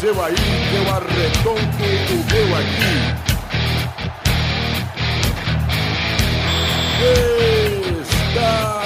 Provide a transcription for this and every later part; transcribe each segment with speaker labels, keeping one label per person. Speaker 1: seu aí, eu arredonto o meu aqui. Está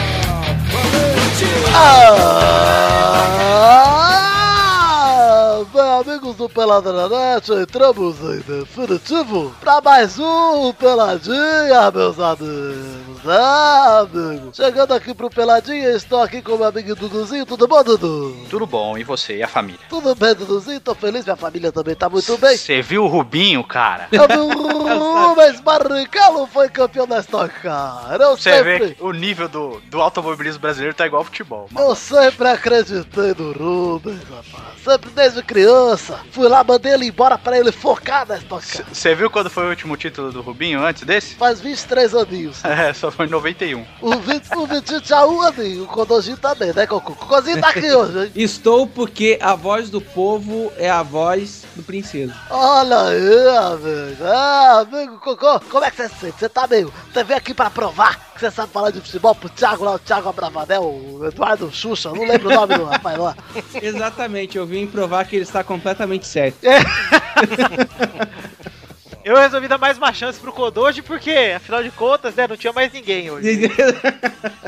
Speaker 2: Ah, bem, amigos do Peladranete, entramos em definitivo pra mais um Peladinha, meus amigos. Ah, amigo. Chegando aqui pro Peladinha, estou aqui com meu amigo Duduzinho. Tudo bom, Dudu?
Speaker 3: Tudo bom, e você e a família?
Speaker 2: Tudo bem, Duduzinho? Tô feliz, minha família também tá muito bem.
Speaker 3: Você viu o Rubinho, cara?
Speaker 2: Eu vi o Rubens Barrichello foi campeão da Stock Car. Eu
Speaker 3: Você
Speaker 2: sempre,
Speaker 3: vê que o nível do, do automobilismo brasileiro tá igual ao futebol. mano.
Speaker 2: eu sempre acreditei no Rubens, rapaz. Sempre desde criança. Fui lá, mandei ele embora pra ele focar na Stock Car.
Speaker 3: Você viu quando foi o último título do Rubinho antes desse?
Speaker 2: Faz 23 aninhos.
Speaker 3: É, só foi em 91.
Speaker 2: O Vit- o Vitinho tinha um aninho. O Codojinho também, né, Cocô? O Cocôzinho tá aqui hoje, hein?
Speaker 4: Estou porque a voz do povo é a voz do princesa.
Speaker 2: Olha aí, amigo. Ah, amigo Cocô, como é que você se sente? Você tá meio. Você veio aqui pra provar que você sabe falar de futebol pro Thiago lá, o Thiago Abravanel, o Eduardo Xuxa, não lembro o nome do rapaz lá.
Speaker 4: Exatamente, eu vim provar que ele está completamente certo.
Speaker 5: É. Eu resolvi dar mais uma chance pro Kodoji, porque, afinal de contas, né, não tinha mais ninguém hoje.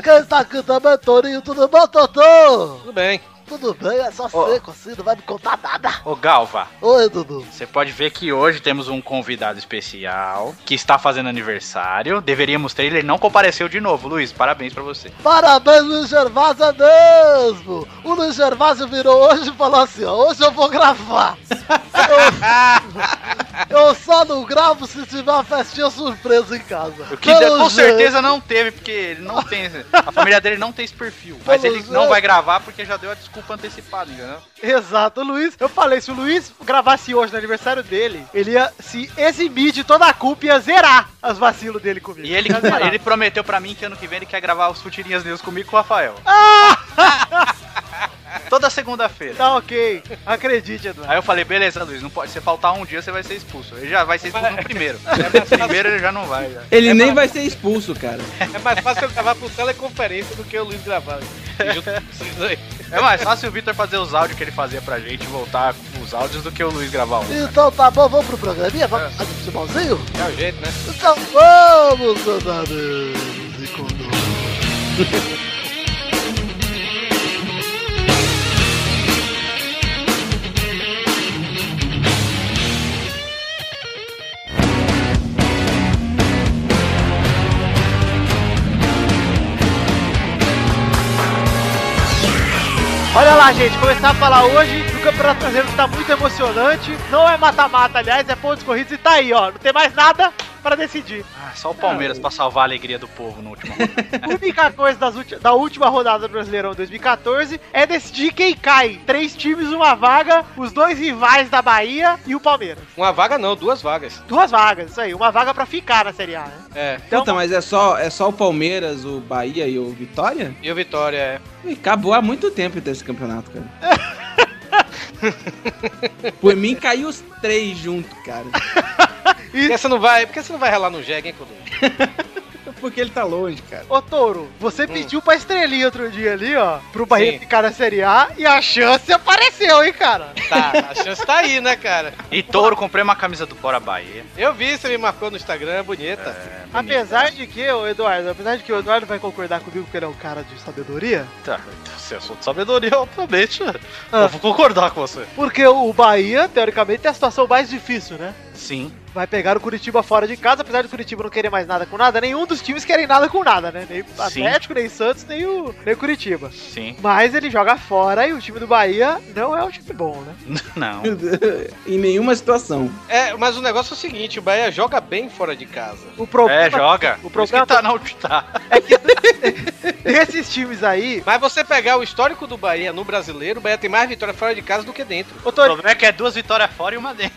Speaker 2: Quem tá aqui também, Torinho? Tudo bom, Totô?
Speaker 6: Tudo bem.
Speaker 2: Tudo bem, é só
Speaker 3: Ó.
Speaker 2: seco assim, não vai me contar nada.
Speaker 3: Ô Galva,
Speaker 2: Oi, Dudu.
Speaker 3: você pode ver que hoje temos um convidado especial que está fazendo aniversário. Deveríamos ter, ele não compareceu de novo. Luiz, parabéns pra você.
Speaker 2: Parabéns, Luiz Gervásio, é mesmo! O Luiz Gervásio virou hoje e falou assim, ó, hoje eu vou gravar. Eu, eu só não gravo se tiver uma festinha surpresa em casa.
Speaker 3: O que
Speaker 2: Pelo
Speaker 3: com
Speaker 2: jeito-
Speaker 3: certeza não teve, porque ele não tem. A família dele não tem esse perfil. Mas
Speaker 2: Pelo
Speaker 3: ele não
Speaker 2: jeito.
Speaker 3: vai gravar porque já deu a desculpa antecipada, entendeu?
Speaker 5: Exato, o Luiz. Eu falei, se o Luiz gravasse hoje no aniversário dele, ele ia se eximir de toda a culpa e ia zerar as vacilos dele comigo.
Speaker 3: E ele,
Speaker 5: Ia zerar.
Speaker 3: ele prometeu pra mim que ano que vem ele quer gravar os Futirinhas News comigo e com o Rafael. Ah! Toda segunda-feira.
Speaker 5: Tá ok, acredite, Eduardo.
Speaker 3: Aí eu falei, beleza, Luiz, não pode. Se faltar um dia, você vai ser expulso. Ele já vai ser expulso no primeiro. No primeiro ele já não vai. já.
Speaker 5: É
Speaker 4: Ele nem vai ser expulso, cara.
Speaker 6: É mais fácil eu gravar por teleconferência do que o Luiz gravar. E junto com vocês aí.
Speaker 3: É mais fácil o Vitor fazer os áudios que ele fazia pra gente, voltar com os áudios, do que o Luiz gravar um.
Speaker 2: Então tá bom, vamos pro programinha? Vamos fazer um futebolzinho?
Speaker 6: É o jeito, né?
Speaker 2: Então vamos, meus amigos e conosco.
Speaker 5: Olha lá, gente, começar a falar hoje do Campeonato Brasileiro tá muito emocionante. Não é mata-mata, aliás, é pontos corridos e tá aí, ó. Não tem mais nada pra decidir.
Speaker 3: Ah, só o Palmeiras pra salvar a alegria do povo no último momento.
Speaker 5: A única coisa das ulti- da última rodada do Brasileirão 2014 é decidir quem cai. Três times, uma vaga, os dois rivais da Bahia e o Palmeiras.
Speaker 6: Uma vaga não, duas vagas.
Speaker 5: Duas vagas, isso aí. Uma vaga pra ficar na Série A, né?
Speaker 6: É.
Speaker 5: Então,
Speaker 4: Puta, mas é só, é só o Palmeiras, o Bahia e o Vitória?
Speaker 6: E o Vitória é.
Speaker 4: E acabou há muito tempo desse campeonato, cara. Por mim, caiu os três juntos, cara.
Speaker 6: Por que você não vai, por que você não vai relar no jegue, hein, Codum?
Speaker 4: Porque ele tá longe, cara.
Speaker 5: ô Touro,
Speaker 2: Hum.
Speaker 5: você pediu pra estrelinha outro dia ali, ó, pro Bahia
Speaker 6: Sim.
Speaker 5: ficar na Série A e a chance apareceu, hein, cara?
Speaker 6: Tá, a chance tá aí, né, cara?
Speaker 3: E Touro, comprei uma camisa do Bora Bahia.
Speaker 6: Eu vi, você me marcou no Instagram, bonita.
Speaker 5: Apesar de que, ô Eduardo, apesar de que o Eduardo vai concordar comigo porque ele é um cara de sabedoria,
Speaker 3: Tá, se eu sou de sabedoria, obviamente. né?
Speaker 5: Ah.
Speaker 3: Eu vou concordar com você.
Speaker 5: porque o Bahia, teoricamente, é a situação mais difícil, né?
Speaker 3: Sim.
Speaker 5: Vai pegar o Curitiba fora de casa, apesar do Curitiba não querer mais nada com nada, nenhum dos times querem nada com nada, né? Nem o
Speaker 3: Sim.
Speaker 5: Atlético, nem Santos, nem o, nem o Curitiba.
Speaker 3: Sim.
Speaker 5: Mas ele joga fora e o time do Bahia não é um time bom, né?
Speaker 3: Não.
Speaker 4: em nenhuma situação.
Speaker 6: É, mas o negócio é o seguinte, o Bahia joga bem fora de casa.
Speaker 5: O problema
Speaker 3: É, joga.
Speaker 5: O
Speaker 3: Por isso
Speaker 5: problema-
Speaker 3: que tá na onde tá.
Speaker 5: desses times aí.
Speaker 6: Mas você pegar o histórico do Bahia no brasileiro, o Bahia tem mais vitória fora de casa do que dentro.
Speaker 5: Ô,
Speaker 3: O
Speaker 5: Tony,
Speaker 3: problema é que é duas vitórias fora e uma dentro.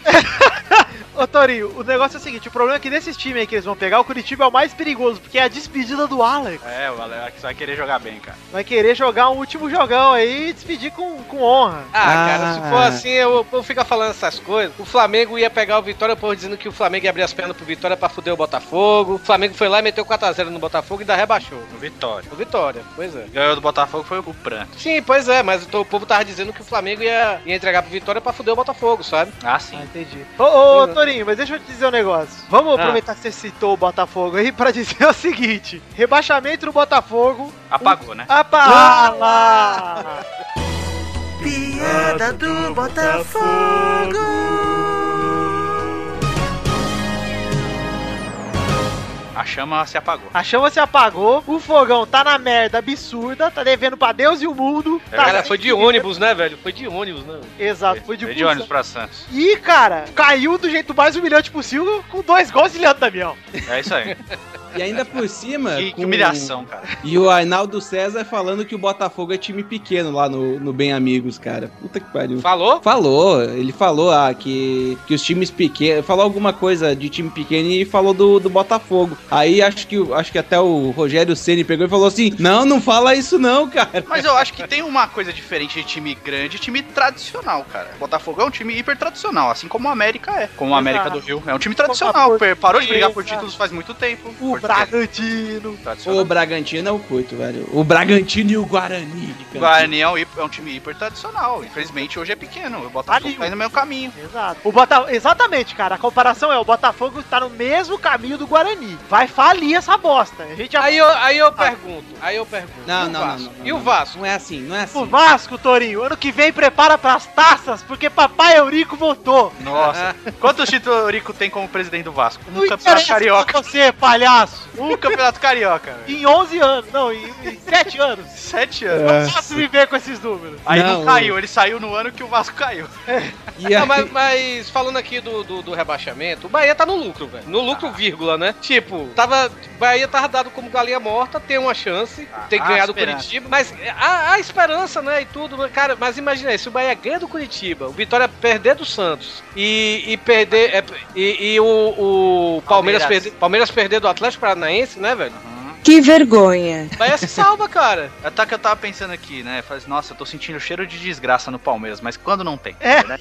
Speaker 2: Ô, Torinho, o negócio é o seguinte: o problema é que nesses times aí que eles vão pegar, o Curitiba é o mais perigoso, porque é a despedida do Alex.
Speaker 3: É, o Alex vai querer jogar bem, cara.
Speaker 2: Vai querer jogar um último jogão aí e despedir com, com honra.
Speaker 6: Ah, cara, se
Speaker 4: Ah.
Speaker 6: for assim, eu, o povo fica falando essas coisas. O Flamengo ia pegar o Vitória, o povo dizendo que o Flamengo ia abrir as pernas pro Vitória pra fuder o Botafogo. O Flamengo foi lá e meteu 4x0 no Botafogo e ainda rebaixou.
Speaker 3: No Vitória.
Speaker 6: O Vitória, pois é.
Speaker 3: Ganhou do Botafogo foi o Pranto.
Speaker 6: Sim, pois é, mas o povo tava dizendo que o Flamengo ia, ia entregar pro Vitória pra fuder o Botafogo, sabe?
Speaker 3: Ah, sim.
Speaker 2: Ah, entendi. Ô, ô,
Speaker 6: Uhum.
Speaker 2: Torinho, mas deixa eu te dizer um negócio. Vamos
Speaker 6: Ah.
Speaker 2: aproveitar que você citou o Botafogo aí pra dizer o seguinte: rebaixamento do Botafogo.
Speaker 3: Apagou, né?
Speaker 2: Apa! lá!
Speaker 7: Piada do Botafogo.
Speaker 3: A chama se apagou.
Speaker 2: A chama se apagou, o fogão tá na merda absurda, tá devendo pra Deus e o mundo.
Speaker 3: É,
Speaker 2: tá
Speaker 6: Cara,
Speaker 2: sem
Speaker 6: foi de
Speaker 2: dinheiro.
Speaker 6: ônibus, né, velho? Foi de ônibus, né?
Speaker 2: Exato, foi de,
Speaker 3: Veio
Speaker 2: busão.
Speaker 3: ônibus pra Santos.
Speaker 2: E, cara, caiu do jeito mais humilhante possível com dois gols de Leandro Damião.
Speaker 3: É isso aí.
Speaker 4: E ainda por cima.
Speaker 3: que, que
Speaker 4: com-
Speaker 3: humilhação, cara.
Speaker 4: E o Arnaldo César falando que o Botafogo é time pequeno lá no, no Bem Amigos, cara. Puta que pariu.
Speaker 6: Falou?
Speaker 4: Falou, ele falou ah, que, que os times pequenos. Falou alguma coisa de time pequeno e falou do, do Botafogo. Aí acho que, o- acho que até o Rogério Ceni pegou e falou assim: Não, não fala isso não, cara.
Speaker 3: Mas eu acho que tem uma coisa diferente de time grande e time tradicional, cara. Botafogo é um time hiper tradicional, assim como o América é. Como o América do Rio. É um time tradicional.
Speaker 2: Exato.
Speaker 3: per- Parou de brigar por
Speaker 2: Exato.
Speaker 3: títulos faz muito tempo.
Speaker 2: O
Speaker 3: Por
Speaker 2: Bragantino.
Speaker 4: O
Speaker 3: tradicional.
Speaker 4: Bragantino é o coito, velho. O Bragantino e o Guarani.
Speaker 3: O
Speaker 4: cara.
Speaker 3: Guarani é um, hip- é um time hiper tradicional. Infelizmente hoje é pequeno. O Botafogo
Speaker 2: Ali.
Speaker 3: tá indo no meu caminho.
Speaker 2: Exato. O Bota... Exatamente, cara. A comparação é: o Botafogo tá no mesmo caminho do Guarani. Vai falir essa bosta. A gente já.
Speaker 6: Aí eu, aí eu pergunto, aí eu pergunto.
Speaker 4: Não,
Speaker 6: e o
Speaker 4: não, não,
Speaker 6: Vasco?
Speaker 4: não, não,
Speaker 6: E o
Speaker 4: não.
Speaker 6: Vasco?
Speaker 4: Não é assim, não é assim.
Speaker 2: O Vasco, Torinho, ano que vem prepara pras taças, porque papai Eurico voltou.
Speaker 3: Nossa. Quantos títulos o Rico tem como presidente do Vasco? Um campeonato
Speaker 2: interessa
Speaker 3: carioca.
Speaker 2: pra você, é palhaço.
Speaker 3: Um campeonato carioca, velho.
Speaker 2: Em 11 anos, não, em, em 7 anos.
Speaker 3: Sete anos.
Speaker 2: Não posso viver com esses números.
Speaker 3: Aí não,
Speaker 4: Não,
Speaker 3: caiu, ele saiu no ano que o Vasco caiu.
Speaker 4: E aí-
Speaker 6: Não, mas, mas falando aqui do, do, do rebaixamento, o Bahia tá no lucro, velho. No lucro, vírgula, né? Tipo, tava. Bahia tava dado como galinha morta, tem uma chance,
Speaker 3: Ah,
Speaker 6: tem que
Speaker 3: há
Speaker 6: ganhar do
Speaker 3: esperança.
Speaker 6: Curitiba. Mas há, há esperança, né? E tudo, né? cara. Mas imagina aí, se o Bahia ganha do Curitiba, o Vitória perder do Santos e, e perder. é, e, e o, o Palmeiras,
Speaker 3: Palmeiras.
Speaker 6: perder, Palmeiras perder do Atlético Paranaense, né, velho?
Speaker 7: Que vergonha.
Speaker 6: O Bahia se salva, cara.
Speaker 3: Até É tá que eu tava pensando aqui, né? Falei assim, nossa, eu tô sentindo cheiro de desgraça no Palmeiras, mas quando não tem?
Speaker 2: É.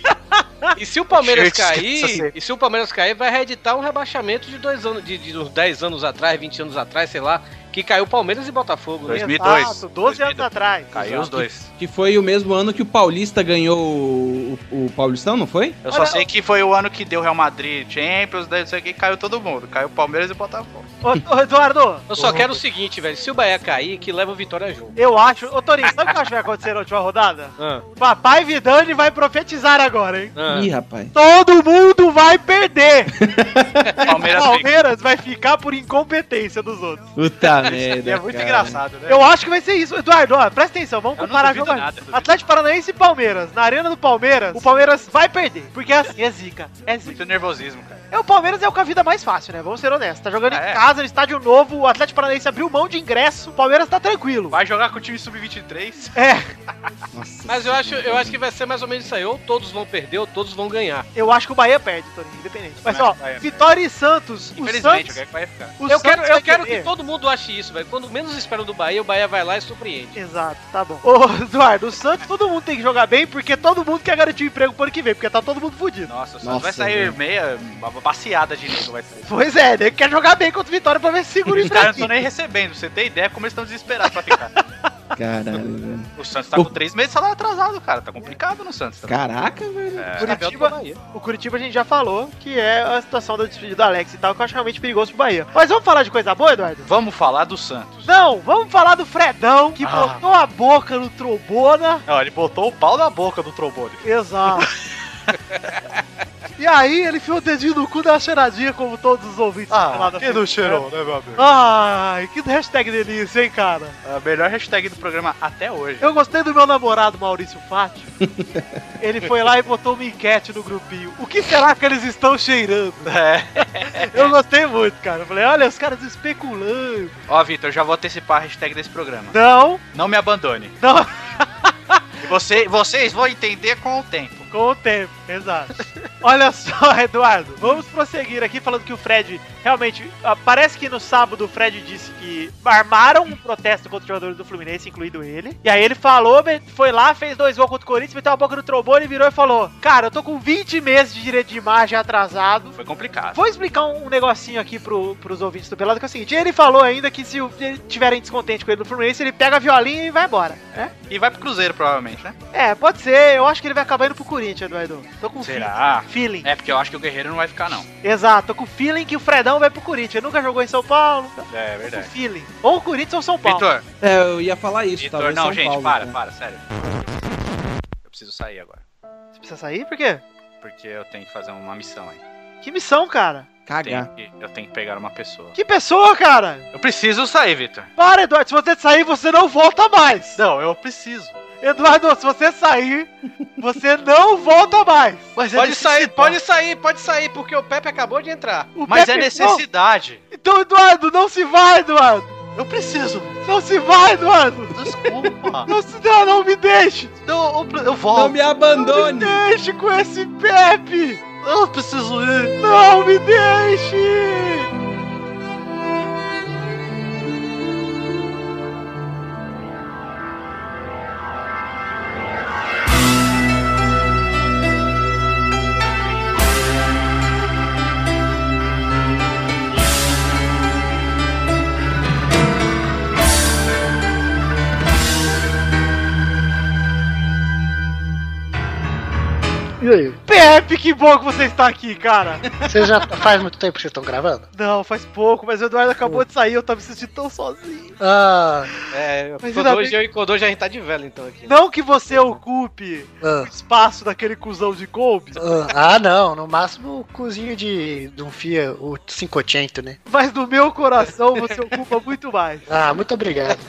Speaker 3: Né?
Speaker 6: E se o Palmeiras
Speaker 3: Shirts,
Speaker 6: cair,
Speaker 3: essa
Speaker 6: e se o Palmeiras cair, vai reeditar um rebaixamento de dois anos, de, de uns 10 anos atrás, 20 anos atrás, sei lá, que caiu Palmeiras e Botafogo, né?
Speaker 3: 2002.
Speaker 2: Exato, 12 anos
Speaker 3: 2002.
Speaker 2: atrás.
Speaker 3: Caiu os dois.
Speaker 4: Que foi o mesmo ano que o Paulista ganhou o, o Paulistão, não foi?
Speaker 3: Eu só sei que foi o ano que deu Real Madrid, Champions, daí não sei o que, caiu todo mundo. Caiu Palmeiras e Botafogo.
Speaker 2: Ô, ô, Eduardo,
Speaker 6: Eu só quero o seguinte, velho, se o Bahia cair, que leva o Vitória junto.
Speaker 2: eu acho. Ô, Torinho, sabe o que eu acho que vai acontecer na última rodada? O Papai Vidani vai profetizar agora, hein?
Speaker 6: Ah.
Speaker 4: Ih, rapaz.
Speaker 2: Todo mundo vai perder. O
Speaker 3: Palmeiras vem.
Speaker 2: Palmeiras vai ficar por incompetência dos outros.
Speaker 4: Puta merda.
Speaker 3: É muito
Speaker 4: cara.
Speaker 3: engraçado, né?
Speaker 2: Eu acho que vai ser isso. Eduardo, ó, presta atenção, vamos
Speaker 3: Eu não
Speaker 2: comparar
Speaker 3: duvido
Speaker 2: jogo-
Speaker 3: nada, duvido.
Speaker 2: Atlético Paranaense e Palmeiras. Na arena do Palmeiras, o Palmeiras vai perder. Porque é assim, é zica. É zica.
Speaker 3: Muito nervosismo, cara.
Speaker 2: É, o Palmeiras é o com a vida mais fácil, né? Vamos ser honestos. Tá jogando
Speaker 3: Ah,
Speaker 2: em
Speaker 3: é?
Speaker 2: casa, no estádio novo, o Atlético Paranaense abriu mão de ingresso, o Palmeiras tá tranquilo.
Speaker 3: Vai jogar com o time sub-23?
Speaker 2: É,
Speaker 4: Nossa
Speaker 6: Mas eu acho, eu acho que vai ser mais ou menos isso aí. Ou todos vão perder, ou todos vão ganhar.
Speaker 2: eu acho que o Bahia perde, Tony, independente. Mas
Speaker 3: Vai,
Speaker 2: ó,
Speaker 3: vai, vai.
Speaker 2: Vitória e Santos, o Santos,
Speaker 3: Infelizmente, o que é que vai ficar?
Speaker 2: o
Speaker 6: eu
Speaker 2: Santos
Speaker 6: quero, eu
Speaker 2: vai
Speaker 6: quero que
Speaker 2: perder.
Speaker 6: todo mundo ache isso, velho. Quando menos espera do Bahia, o Bahia vai lá e surpreende.
Speaker 2: Exato, tá bom. Ô, Eduardo, o Santos todo mundo tem que jogar bem, porque todo mundo quer garantir o emprego pro ano que vem, porque tá todo mundo fudido.
Speaker 3: Nossa, o Santos
Speaker 4: Nossa,
Speaker 3: vai sair
Speaker 4: velho.
Speaker 3: meia uma passeada de nego, vai sair.
Speaker 2: Pois é, né? Quer jogar bem contra o Vitória pra ver se segura o
Speaker 3: Os caras não estão
Speaker 2: emprego.
Speaker 3: nem recebendo, pra você ter ideia como eles estão desesperados pra ficar.
Speaker 4: Caralho, velho.
Speaker 3: O Santos tá com três meses de salário atrasado, cara. Tá complicado no Santos. Tá?
Speaker 4: Caraca, velho.
Speaker 2: É. Curitiba, o Curitiba a gente já falou que é a situação da despedida do Alex e tal, que eu acho realmente perigoso pro Bahia. Mas vamos falar de coisa boa, Eduardo?
Speaker 3: Vamos falar do Santos.
Speaker 2: Não, vamos falar do Fredão que
Speaker 3: Ah.
Speaker 2: botou a boca no trombona.
Speaker 3: Não, ele botou o pau na boca do trombone.
Speaker 2: Exato. e aí ele enfiou o dedinho no cu da cheiradinha, como todos os ouvintes
Speaker 3: Tá
Speaker 2: lá da frente, né?
Speaker 3: Ah, né, meu amigo?
Speaker 2: Ai, que hashtag delícia, hein, cara?
Speaker 3: É A melhor hashtag do programa até hoje.
Speaker 2: Eu gostei do meu namorado Maurício Fátio. ele foi lá e botou uma enquete no grupinho. O que será que eles estão cheirando?
Speaker 3: É.
Speaker 2: Eu gostei muito, cara. Eu falei, olha, os caras especulando.
Speaker 3: Ó, Vitor, já vou antecipar a hashtag desse programa.
Speaker 2: Não,
Speaker 3: Não me abandone.
Speaker 2: não.
Speaker 3: E você- vocês vão entender com o tempo.
Speaker 2: Com o tempo, exato. Olha só, Eduardo. Vamos prosseguir aqui falando que o Fred realmente. ah, Parece que no sábado o Fred disse que armaram um protesto contra os jogadores do Fluminense, incluindo ele. E aí ele falou, me- foi lá, fez dois gols contra o Corinthians, meteu a boca no trombone, virou e falou: Cara, eu tô com 20 meses de direito de imagem atrasado.
Speaker 3: Foi complicado.
Speaker 2: Vou explicar um um negocinho aqui pro, pros ouvintes do Pelado, que é o seguinte, ele falou ainda que se o- ele tiverem descontente com ele no Fluminense, ele pega a violinha e vai embora, né?
Speaker 3: E vai pro Cruzeiro, provavelmente, né?
Speaker 2: É, pode ser, eu acho que ele vai acabar indo pro Corinthians, Eduardo. Tô com
Speaker 3: Será?
Speaker 2: fe- feeling.
Speaker 3: É, porque eu acho que o Guerreiro não vai ficar, não.
Speaker 2: Exato, tô com feeling que o Fredão vai pro Corinthians. Ele nunca jogou em São Paulo, tô
Speaker 3: É,
Speaker 2: com feeling. Ou o Corinthians ou São Paulo.
Speaker 3: Vitor,
Speaker 4: É, eu ia falar isso,
Speaker 3: Vitor,
Speaker 4: talvez
Speaker 3: não,
Speaker 4: São
Speaker 3: gente,
Speaker 4: Paulo,
Speaker 3: para,
Speaker 4: né?
Speaker 3: para, sério. Eu preciso sair agora.
Speaker 2: Você precisa sair? Por quê?
Speaker 3: Porque eu tenho que fazer uma missão aí.
Speaker 2: Que missão, cara?
Speaker 4: Cagar.
Speaker 3: Tenho que- eu tenho que pegar uma pessoa.
Speaker 2: Que pessoa, cara?
Speaker 3: Eu preciso sair, Vitor.
Speaker 2: Para, Eduardo, se você sair, você não volta mais.
Speaker 3: Não, eu preciso.
Speaker 2: Eduardo, se você sair, você não volta mais.
Speaker 3: Mas é
Speaker 6: Pode sair, pode sair, pode sair, porque o Pepe acabou de entrar.
Speaker 2: O
Speaker 3: Mas é
Speaker 2: Pepe-
Speaker 3: necessidade.
Speaker 2: Não, Então, Eduardo, não se vai, Eduardo.
Speaker 3: Eu preciso.
Speaker 2: Não se vai, Eduardo.
Speaker 3: Desculpa.
Speaker 2: Não se não, não me deixe.
Speaker 3: eu, eu, eu
Speaker 4: Não
Speaker 3: volto.
Speaker 4: me abandone!
Speaker 2: Deixe com esse Pepe.
Speaker 3: Eu preciso ir.
Speaker 2: Não me deixe.
Speaker 8: E aí?
Speaker 2: Pepe, que bom que você está aqui, cara.
Speaker 8: Vocês já faz muito tempo que vocês estão gravando?
Speaker 2: Não, faz pouco, mas o Eduardo acabou de sair, eu tava me sentindo tão sozinho.
Speaker 8: Ah,
Speaker 6: É,
Speaker 2: Mas ainda
Speaker 6: Kodoji, eu e Kodoji a gente tá de vela então aqui.
Speaker 2: Não que você ocupe o
Speaker 8: ah,
Speaker 2: espaço daquele cuzão de Kombi,
Speaker 8: ah, ah, não, no máximo o cozinho de, de um Fia, o 580, né?
Speaker 2: mas no meu coração você ocupa muito mais.
Speaker 8: Ah, muito obrigado.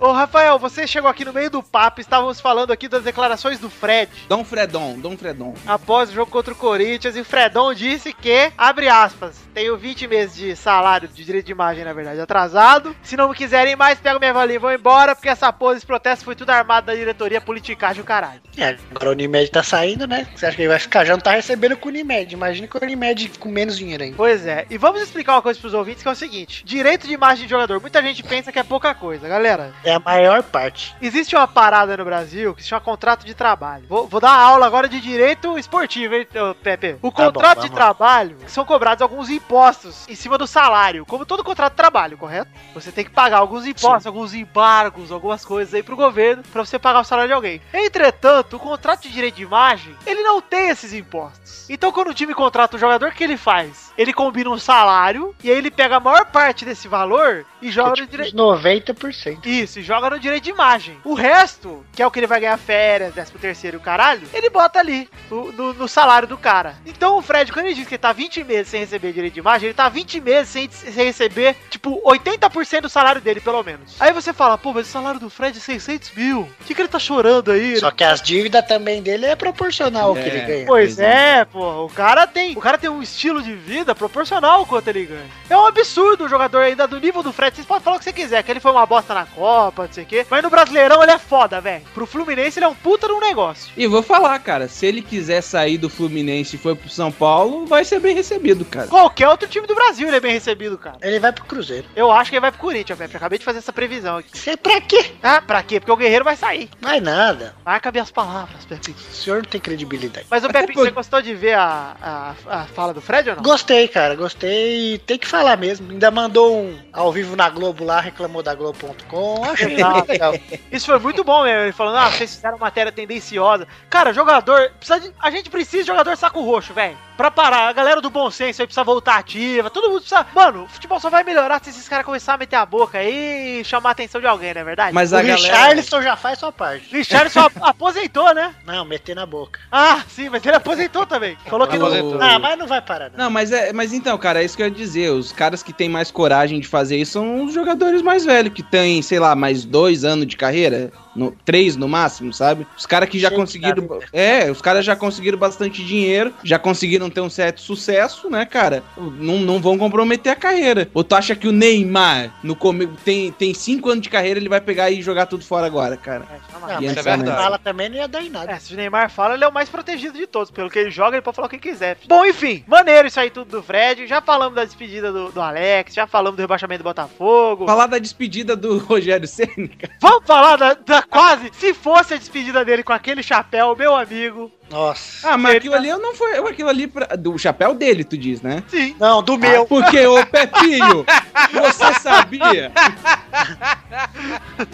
Speaker 2: Ô, Rafael, você chegou aqui no meio do papo, estávamos falando aqui das declarações do Fred.
Speaker 4: Dom Fredon, Dom Fredon.
Speaker 2: após o jogo contra o Corinthians e o Fredon disse que, abre aspas, tenho 20 meses de salário de direito de imagem, na verdade, atrasado. Se não quiserem mais, pego minha valia e vou embora, porque essa pose, esse protesto foi tudo armado da diretoria politicagem, o caralho.
Speaker 8: É, agora o Unimed tá saindo, né? Você acha que ele vai ficar? Já não tá recebendo com o Unimed. Imagina com o Unimed com menos dinheiro ainda.
Speaker 2: Pois é, e vamos explicar uma coisa pros ouvintes que é o seguinte: direito de imagem de jogador, muita gente pensa que é pouca coisa, galera.
Speaker 8: É a maior parte.
Speaker 2: Existe uma parada no Brasil que se chama contrato de trabalho. Vou, vou dar aula agora de direito esportivo, hein, ô, Pepe? O
Speaker 8: Tá bom,
Speaker 2: contrato de
Speaker 8: vamos.
Speaker 2: trabalho são cobrados alguns impostos em cima do salário, como todo contrato de trabalho, correto? Você tem que pagar alguns impostos, alguns embargos, algumas coisas aí pro governo pra você pagar o salário de alguém. Entretanto, o contrato de direito de imagem, ele não tem esses impostos. Então, quando o time contrata o jogador, o que ele faz? Ele combina um salário e aí ele pega a maior parte desse valor e joga
Speaker 8: É
Speaker 2: no
Speaker 8: tipo
Speaker 2: direito.
Speaker 8: uns 90%.
Speaker 2: Isso, e joga no direito de imagem. O resto, que é o que ele vai ganhar férias, 13 terceiro, e o caralho, ele bota ali, no, no- no salário do cara. Então o Fred, quando ele diz que ele tá 20 meses sem receber direito de imagem, ele tá 20 meses sem, sem receber, tipo, 80% do salário dele, pelo menos. Aí você fala, pô, mas o salário do Fred é 600 mil. O que, que ele tá chorando aí?
Speaker 8: Só que as dívidas também dele é proporcional ao que
Speaker 4: É.
Speaker 8: ele ganha.
Speaker 2: Pois é, pô, o cara tem, o cara tem um estilo de vida proporcional ao quanto ele ganha. É um absurdo o jogador ainda do nível do Fred, vocês podem falar o que você quiser, que ele foi uma bosta na Copa, não sei o quê, mas no Brasileirão ele é foda, velho. Pro Fluminense ele é um puta de um negócio.
Speaker 4: E vou falar, cara, se ele quiser sair do Fluminense e for pro São Paulo, vai ser bem recebido, cara.
Speaker 2: Qualquer outro time do Brasil ele é bem recebido, cara.
Speaker 8: Ele vai pro Cruzeiro.
Speaker 2: Eu acho que ele vai pro Corinthians, velho. Acabei de fazer essa previsão aqui.
Speaker 8: Você pra quê?
Speaker 2: Ah, pra quê? Porque o Guerreiro vai sair.
Speaker 8: Vai nada.
Speaker 2: Marca minhas palavras, Pepe.
Speaker 8: O senhor não tem credibilidade.
Speaker 2: Mas o
Speaker 4: Até
Speaker 2: Pepe,
Speaker 4: por-
Speaker 2: você gostou de ver a, a, a fala do Fred ou não?
Speaker 8: Gostei, cara, gostei. Tem que falar mesmo. Ainda mandou um ao vivo na Globo lá, reclamou da Globo.com. Achei
Speaker 2: Exato.
Speaker 8: legal.
Speaker 2: Isso foi muito bom mesmo, ele falando, ah, vocês fizeram matéria tendenciosa. Cara, jogador, precisa de- a gente precisa de jogador saco roxo, velho. Pra parar, a galera do bom senso aí precisa voltar ativa, todo mundo precisa... Mano, o futebol só vai melhorar se esses caras começarem a meter a boca aí e chamar a atenção de alguém, não é verdade?
Speaker 4: Mas
Speaker 8: O
Speaker 4: a galera.
Speaker 8: Richarlison já faz sua parte.
Speaker 2: Richardson ap- aposentou, né?
Speaker 8: Não, meter na boca.
Speaker 2: Ah, sim, mas ele aposentou também. Falou que não...
Speaker 4: O-
Speaker 8: Ah, mas não vai parar, não.
Speaker 4: Não, mas é, mas então, cara, é isso que eu ia dizer. Os caras que têm mais coragem de fazer isso são os jogadores mais velhos, que têm, sei lá, mais dois anos de carreira. no- três no máximo, sabe? Os caras que já
Speaker 8: Chega,
Speaker 4: conseguiram. É, os caras já conseguiram bastante dinheiro, já conseguiram ter um certo sucesso, né, cara? Não, não vão comprometer a carreira. Ou tu acha que o Neymar, no come... tem, tem cinco anos de carreira, ele vai pegar e jogar tudo fora agora, cara?
Speaker 2: É, jamais.
Speaker 8: Não,
Speaker 4: E
Speaker 8: Ah, mas
Speaker 4: essa
Speaker 8: se ele
Speaker 4: é
Speaker 8: fala também não ia dar em nada.
Speaker 2: É, se o Neymar fala, ele é o mais protegido de todos. Pelo que ele joga, ele pode falar o que quiser. filho. Bom, enfim, maneiro isso aí tudo do Fred. Já falamos da despedida do, do Alex, já falamos do rebaixamento do Botafogo.
Speaker 4: Falar da despedida do Rogério Ceni, cara.
Speaker 2: Vamos falar da, da quase. Se fosse a despedida dele com aquele chapéu, meu amigo.
Speaker 8: Nossa.
Speaker 4: Ah, mas
Speaker 2: Ele
Speaker 4: aquilo
Speaker 2: tá-
Speaker 4: ali eu não foi. Aquilo ali pra- do chapéu dele, tu diz, né?
Speaker 2: Sim.
Speaker 8: Não, do meu.
Speaker 4: Porque, ô Pepinho, você sabia?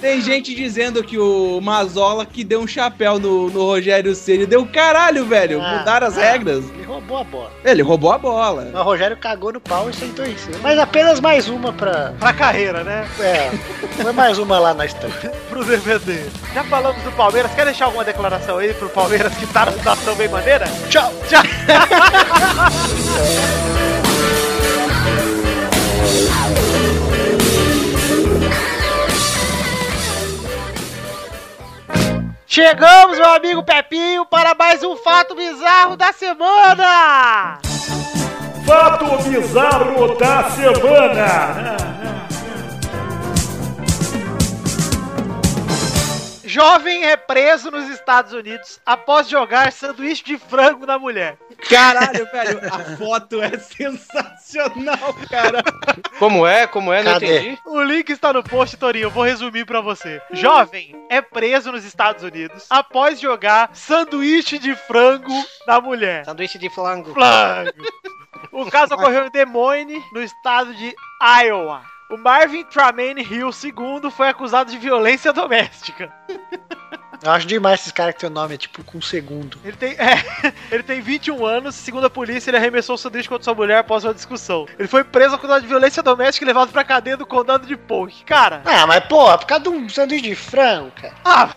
Speaker 4: Tem gente dizendo que o Mazola que deu um chapéu no, no Rogério Ceni deu caralho, velho.
Speaker 8: Ah,
Speaker 4: mudaram as
Speaker 8: ah.
Speaker 4: regras.
Speaker 8: Ele roubou a bola.
Speaker 4: Ele roubou a bola.
Speaker 8: Mas o Rogério cagou no pau e sentou em cima. Mas apenas mais uma pra.
Speaker 2: Pra carreira, né?
Speaker 8: É, foi mais uma lá na estante.
Speaker 2: Pro DVD. Já falamos do Palmeiras. Quer deixar alguma declaração aí pro Palmeiras que tá na situação bem maneira?
Speaker 8: Tchau!
Speaker 2: Tchau. Chegamos, meu amigo Pepinho, para mais um fato bizarro da semana!
Speaker 1: Fato bizarro da semana.
Speaker 2: Jovem é preso nos Estados Unidos após jogar sanduíche de frango na mulher.
Speaker 4: Caralho, velho, a foto é sensacional, cara.
Speaker 6: Como é? Como é? Não
Speaker 8: Cadê?
Speaker 6: entendi.
Speaker 2: O link está no post, Torinho. Eu vou resumir pra você. Jovem é preso nos Estados Unidos após jogar sanduíche de frango na mulher.
Speaker 6: Sanduíche de flango.
Speaker 2: Frango. O caso ocorreu em Des Moines, no estado de Iowa. O Marvin Tremaine Hill II foi acusado de violência doméstica.
Speaker 8: Eu acho demais esses caras que tem o nome, é tipo com um segundo.
Speaker 2: Ele tem, é, ele tem 21 anos, segundo a polícia, ele arremessou o sanduíche contra sua mulher após uma discussão. Ele foi preso acusado de violência doméstica e levado pra cadeia do condado de Polk. Cara,
Speaker 8: Ah, mas porra, por causa de um sanduíche de frango, cara.
Speaker 2: ah,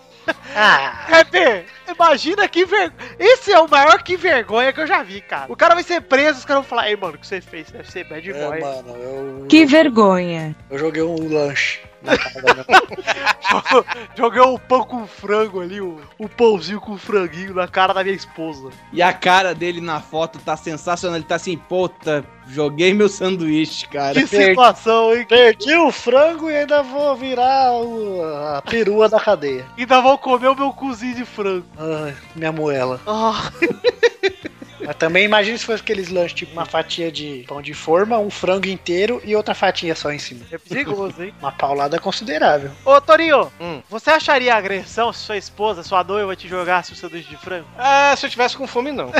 Speaker 8: Ah,
Speaker 2: Pepe, imagina que vergonha. Esse é o maior que vergonha que eu já vi, cara. O cara vai ser preso, os caras vão falar, ei, mano, o que você fez? Deve ser bad boy.
Speaker 8: é, mano, eu,
Speaker 7: Que vergonha.
Speaker 8: eu joguei um lanche na casa da minha
Speaker 2: Joguei o um pão com frango ali, o, o pãozinho com franguinho na cara da minha esposa.
Speaker 4: E a cara dele na foto tá sensacional. Ele tá assim, puta, joguei meu sanduíche, cara.
Speaker 2: Que situação, hein?
Speaker 8: Perdi o um frango e ainda vou virar o- a perua da cadeia.
Speaker 2: Ainda vão comer o meu cozinho de frango.
Speaker 8: Ai, minha moela.
Speaker 2: Ah,
Speaker 8: Mas também imagina se fosse aqueles lanches, tipo uma fatia de pão de forma, um frango inteiro e outra fatia só em cima.
Speaker 2: é perigoso, hein?
Speaker 8: Uma paulada considerável.
Speaker 2: Ô, Torinho,
Speaker 6: Hum.
Speaker 2: você acharia agressão se sua esposa, sua noiva te jogasse o sanduíche de frango?
Speaker 6: Ah, se eu tivesse com fome, não.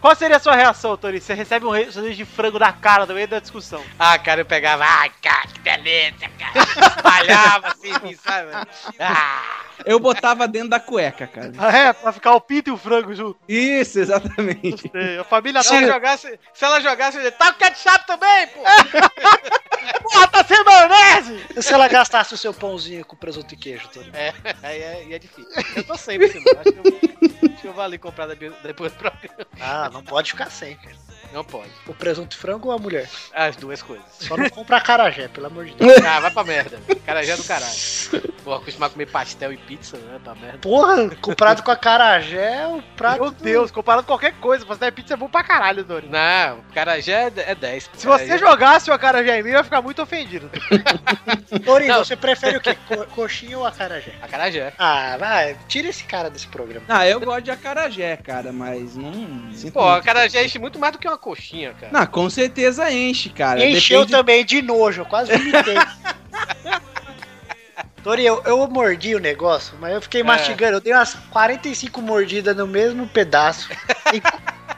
Speaker 2: Qual seria a sua reação, Torinho? Você recebe um re- sanduíche de frango na cara no meio da discussão.
Speaker 6: Ah, cara, eu pegava. Ai, cara, que beleza, cara. Espalhava assim, sabe? Ah.
Speaker 4: Eu botava dentro da cueca, cara.
Speaker 2: Ah, é? Pra ficar o pinto e o frango junto.
Speaker 4: Isso, exatamente.
Speaker 2: Sei, A família
Speaker 6: Se ela jogasse, se ela jogasse, eu ia, tá o ketchup também, pô!
Speaker 2: Porra, tá sem maionese!
Speaker 8: E se ela gastasse o seu pãozinho com presunto e queijo, Tony?
Speaker 6: Aí é, e é difícil. Eu tô sempre, assim, acho que eu, acho que eu vou ali comprar da- depois do programa.
Speaker 8: Ah, não pode ficar sem, cara.
Speaker 6: Não pode.
Speaker 8: O presunto e frango ou a mulher?
Speaker 6: As duas coisas.
Speaker 8: Só não compra carajé, pelo amor de Deus.
Speaker 6: Ah, vai pra merda. Cara já é do caralho. Porra, acostumar a comer pastel e pizza, né? Pra merda.
Speaker 8: Porra, comprado com a carajé, o prato.
Speaker 2: Meu Deus, comparado com qualquer coisa, pastel e pizza é bom pra caralho, Dori.
Speaker 6: Não, o cara já é de- é 10.
Speaker 2: Se você jogasse o acarajé em mim, eu ia ficar muito ofendido.
Speaker 8: Tori,
Speaker 6: Não.
Speaker 8: você prefere o quê? Co- coxinha ou a carajé?
Speaker 6: A cara já. é.
Speaker 8: Ah, vai, tira esse cara desse programa.
Speaker 4: Ah, eu gosto de acarajé, cara, mas não... sinto
Speaker 6: Pô, a
Speaker 4: muito.
Speaker 6: cara já enche muito mais do que uma coxinha, cara.
Speaker 4: Não, com certeza enche, cara.
Speaker 8: Encheu
Speaker 4: Depende-
Speaker 8: também de nojo, eu quase vomitei. Tori, eu, eu mordi o negócio, mas eu fiquei
Speaker 4: É.
Speaker 8: mastigando. Eu dei umas 45 mordidas no mesmo pedaço. E-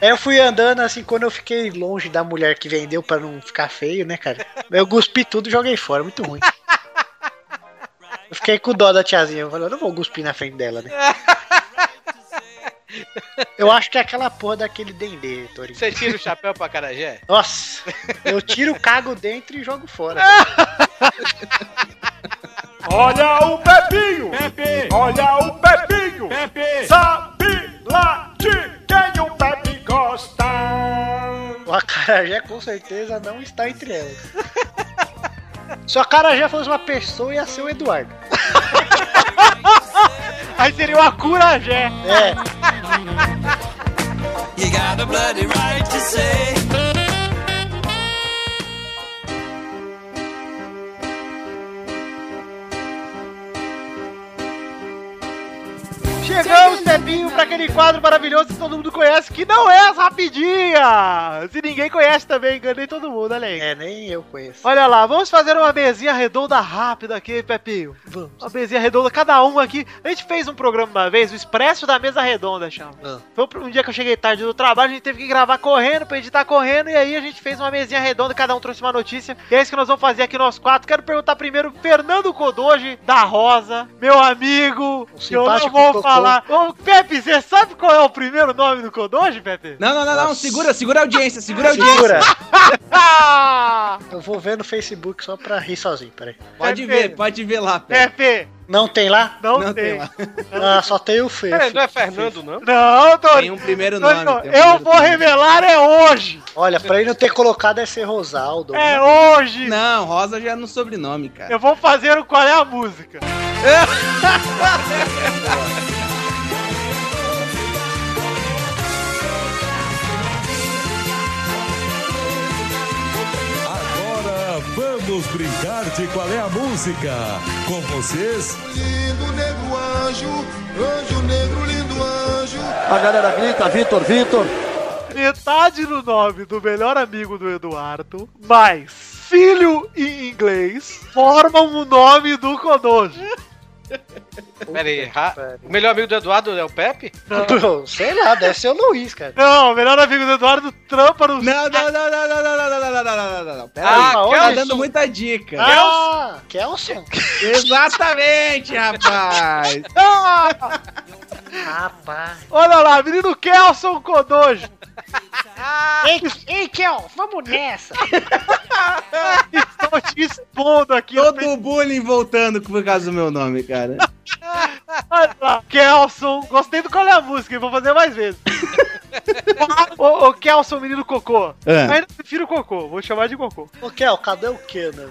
Speaker 8: Aí eu fui andando assim, quando eu fiquei longe da mulher que vendeu pra não ficar feio, né, cara? Eu cuspi tudo e joguei fora, muito ruim. Eu fiquei com dó da tiazinha. Eu falei, eu não vou cuspir na frente dela, né? Eu acho que é aquela porra daquele dendê, Tori.
Speaker 6: Você tira o chapéu pra Carajé?
Speaker 8: Nossa, eu tiro, cago dentro e jogo fora.
Speaker 1: Olha o Pepinho! Olha o Pepinho! Sabe lá de quem o Pepe gosta?
Speaker 8: O acarajé com certeza não está entre elas. Se o acarajé fosse uma pessoa, ia ser o Eduardo.
Speaker 2: Aí seria o Akurajé.
Speaker 8: É.
Speaker 2: Chegamos, Pepinho, pra aquele quadro maravilhoso que todo mundo conhece, que não é as rapidinhas. E ninguém conhece também, enganei todo mundo, olha aí.
Speaker 8: É, nem eu conheço.
Speaker 2: Olha lá, vamos fazer uma mesinha redonda rápida aqui, Pepinho.
Speaker 8: Vamos.
Speaker 2: Uma mesinha redonda, cada um aqui. A gente fez um programa uma vez, o Expresso da Mesa Redonda, chama.
Speaker 8: Ah.
Speaker 2: Foi um dia que eu cheguei tarde do trabalho, a gente teve que gravar correndo, pra editar correndo, e aí a gente fez uma mesinha redonda, cada um trouxe uma notícia. E é isso que nós vamos fazer aqui nós quatro. Quero perguntar primeiro, Fernando Kodoji, da Rosa, meu amigo, que eu não
Speaker 8: Um simpático
Speaker 2: vou
Speaker 8: Cocô.
Speaker 2: falar. Ô, Pepe, você sabe qual é o primeiro nome do Kodoji, Pepe?
Speaker 4: Não, não, não, não, segura, segura a audiência, segura a audiência.
Speaker 8: Segura.
Speaker 2: Ah!
Speaker 8: Eu vou ver no Facebook só pra rir sozinho, peraí.
Speaker 4: Pode ver, pode ver lá, pô.
Speaker 2: Pepe,
Speaker 8: É. Não tem lá?
Speaker 2: não,
Speaker 4: Não
Speaker 2: tem.
Speaker 4: tem lá.
Speaker 8: Ah, só tem o Fê.
Speaker 6: Peraí, não é Fernando, não?
Speaker 2: Não, Tony.
Speaker 4: Tem um primeiro
Speaker 2: Não,
Speaker 4: nome.
Speaker 2: não,
Speaker 4: tem um
Speaker 2: eu
Speaker 4: primeiro
Speaker 2: vou
Speaker 4: nome.
Speaker 2: revelar é hoje.
Speaker 8: Olha, pra ele não ter colocado é ser Rosaldo.
Speaker 2: É hoje.
Speaker 4: Não, Rosa já é no sobrenome, cara.
Speaker 2: Eu vou fazer o qual é a música.
Speaker 1: Agora vamos brincar de qual é a música. Com vocês,
Speaker 9: Lindo negro anjo, anjo negro, lindo anjo.
Speaker 2: Metade do nome do melhor amigo do Eduardo, mais filho em inglês, formam o nome do Kodoji.
Speaker 6: Peraí, ra- o melhor amigo do Eduardo é o Pepe?
Speaker 8: Pô, Sei lá, deve ser o Luiz, cara.
Speaker 2: Não, o melhor amigo do Eduardo trampa no...
Speaker 4: Não, não, não, não, não, não, não, não, não, não, não, não, não, não. Pera
Speaker 6: Ah,
Speaker 4: aí, tá
Speaker 6: Kelson.
Speaker 4: dando muita dica.
Speaker 8: Ah, Kelson.
Speaker 4: Exatamente, rapaz.
Speaker 8: Rapaz.
Speaker 2: ah, Olha lá, menino Kelson Kodoji.
Speaker 8: Ei, ei, Kel, vamos nessa.
Speaker 2: Estou te expondo aqui.
Speaker 4: Todo o bullying voltando por causa do meu nome, cara.
Speaker 2: Olha lá, Kelson. Gostei do qual é a música, eu vou fazer mais vezes. ô, ô, Kelson, menino cocô.
Speaker 4: É.
Speaker 2: Ainda prefiro cocô, vou chamar de cocô.
Speaker 8: Ô, Kel, cadê o Kenan?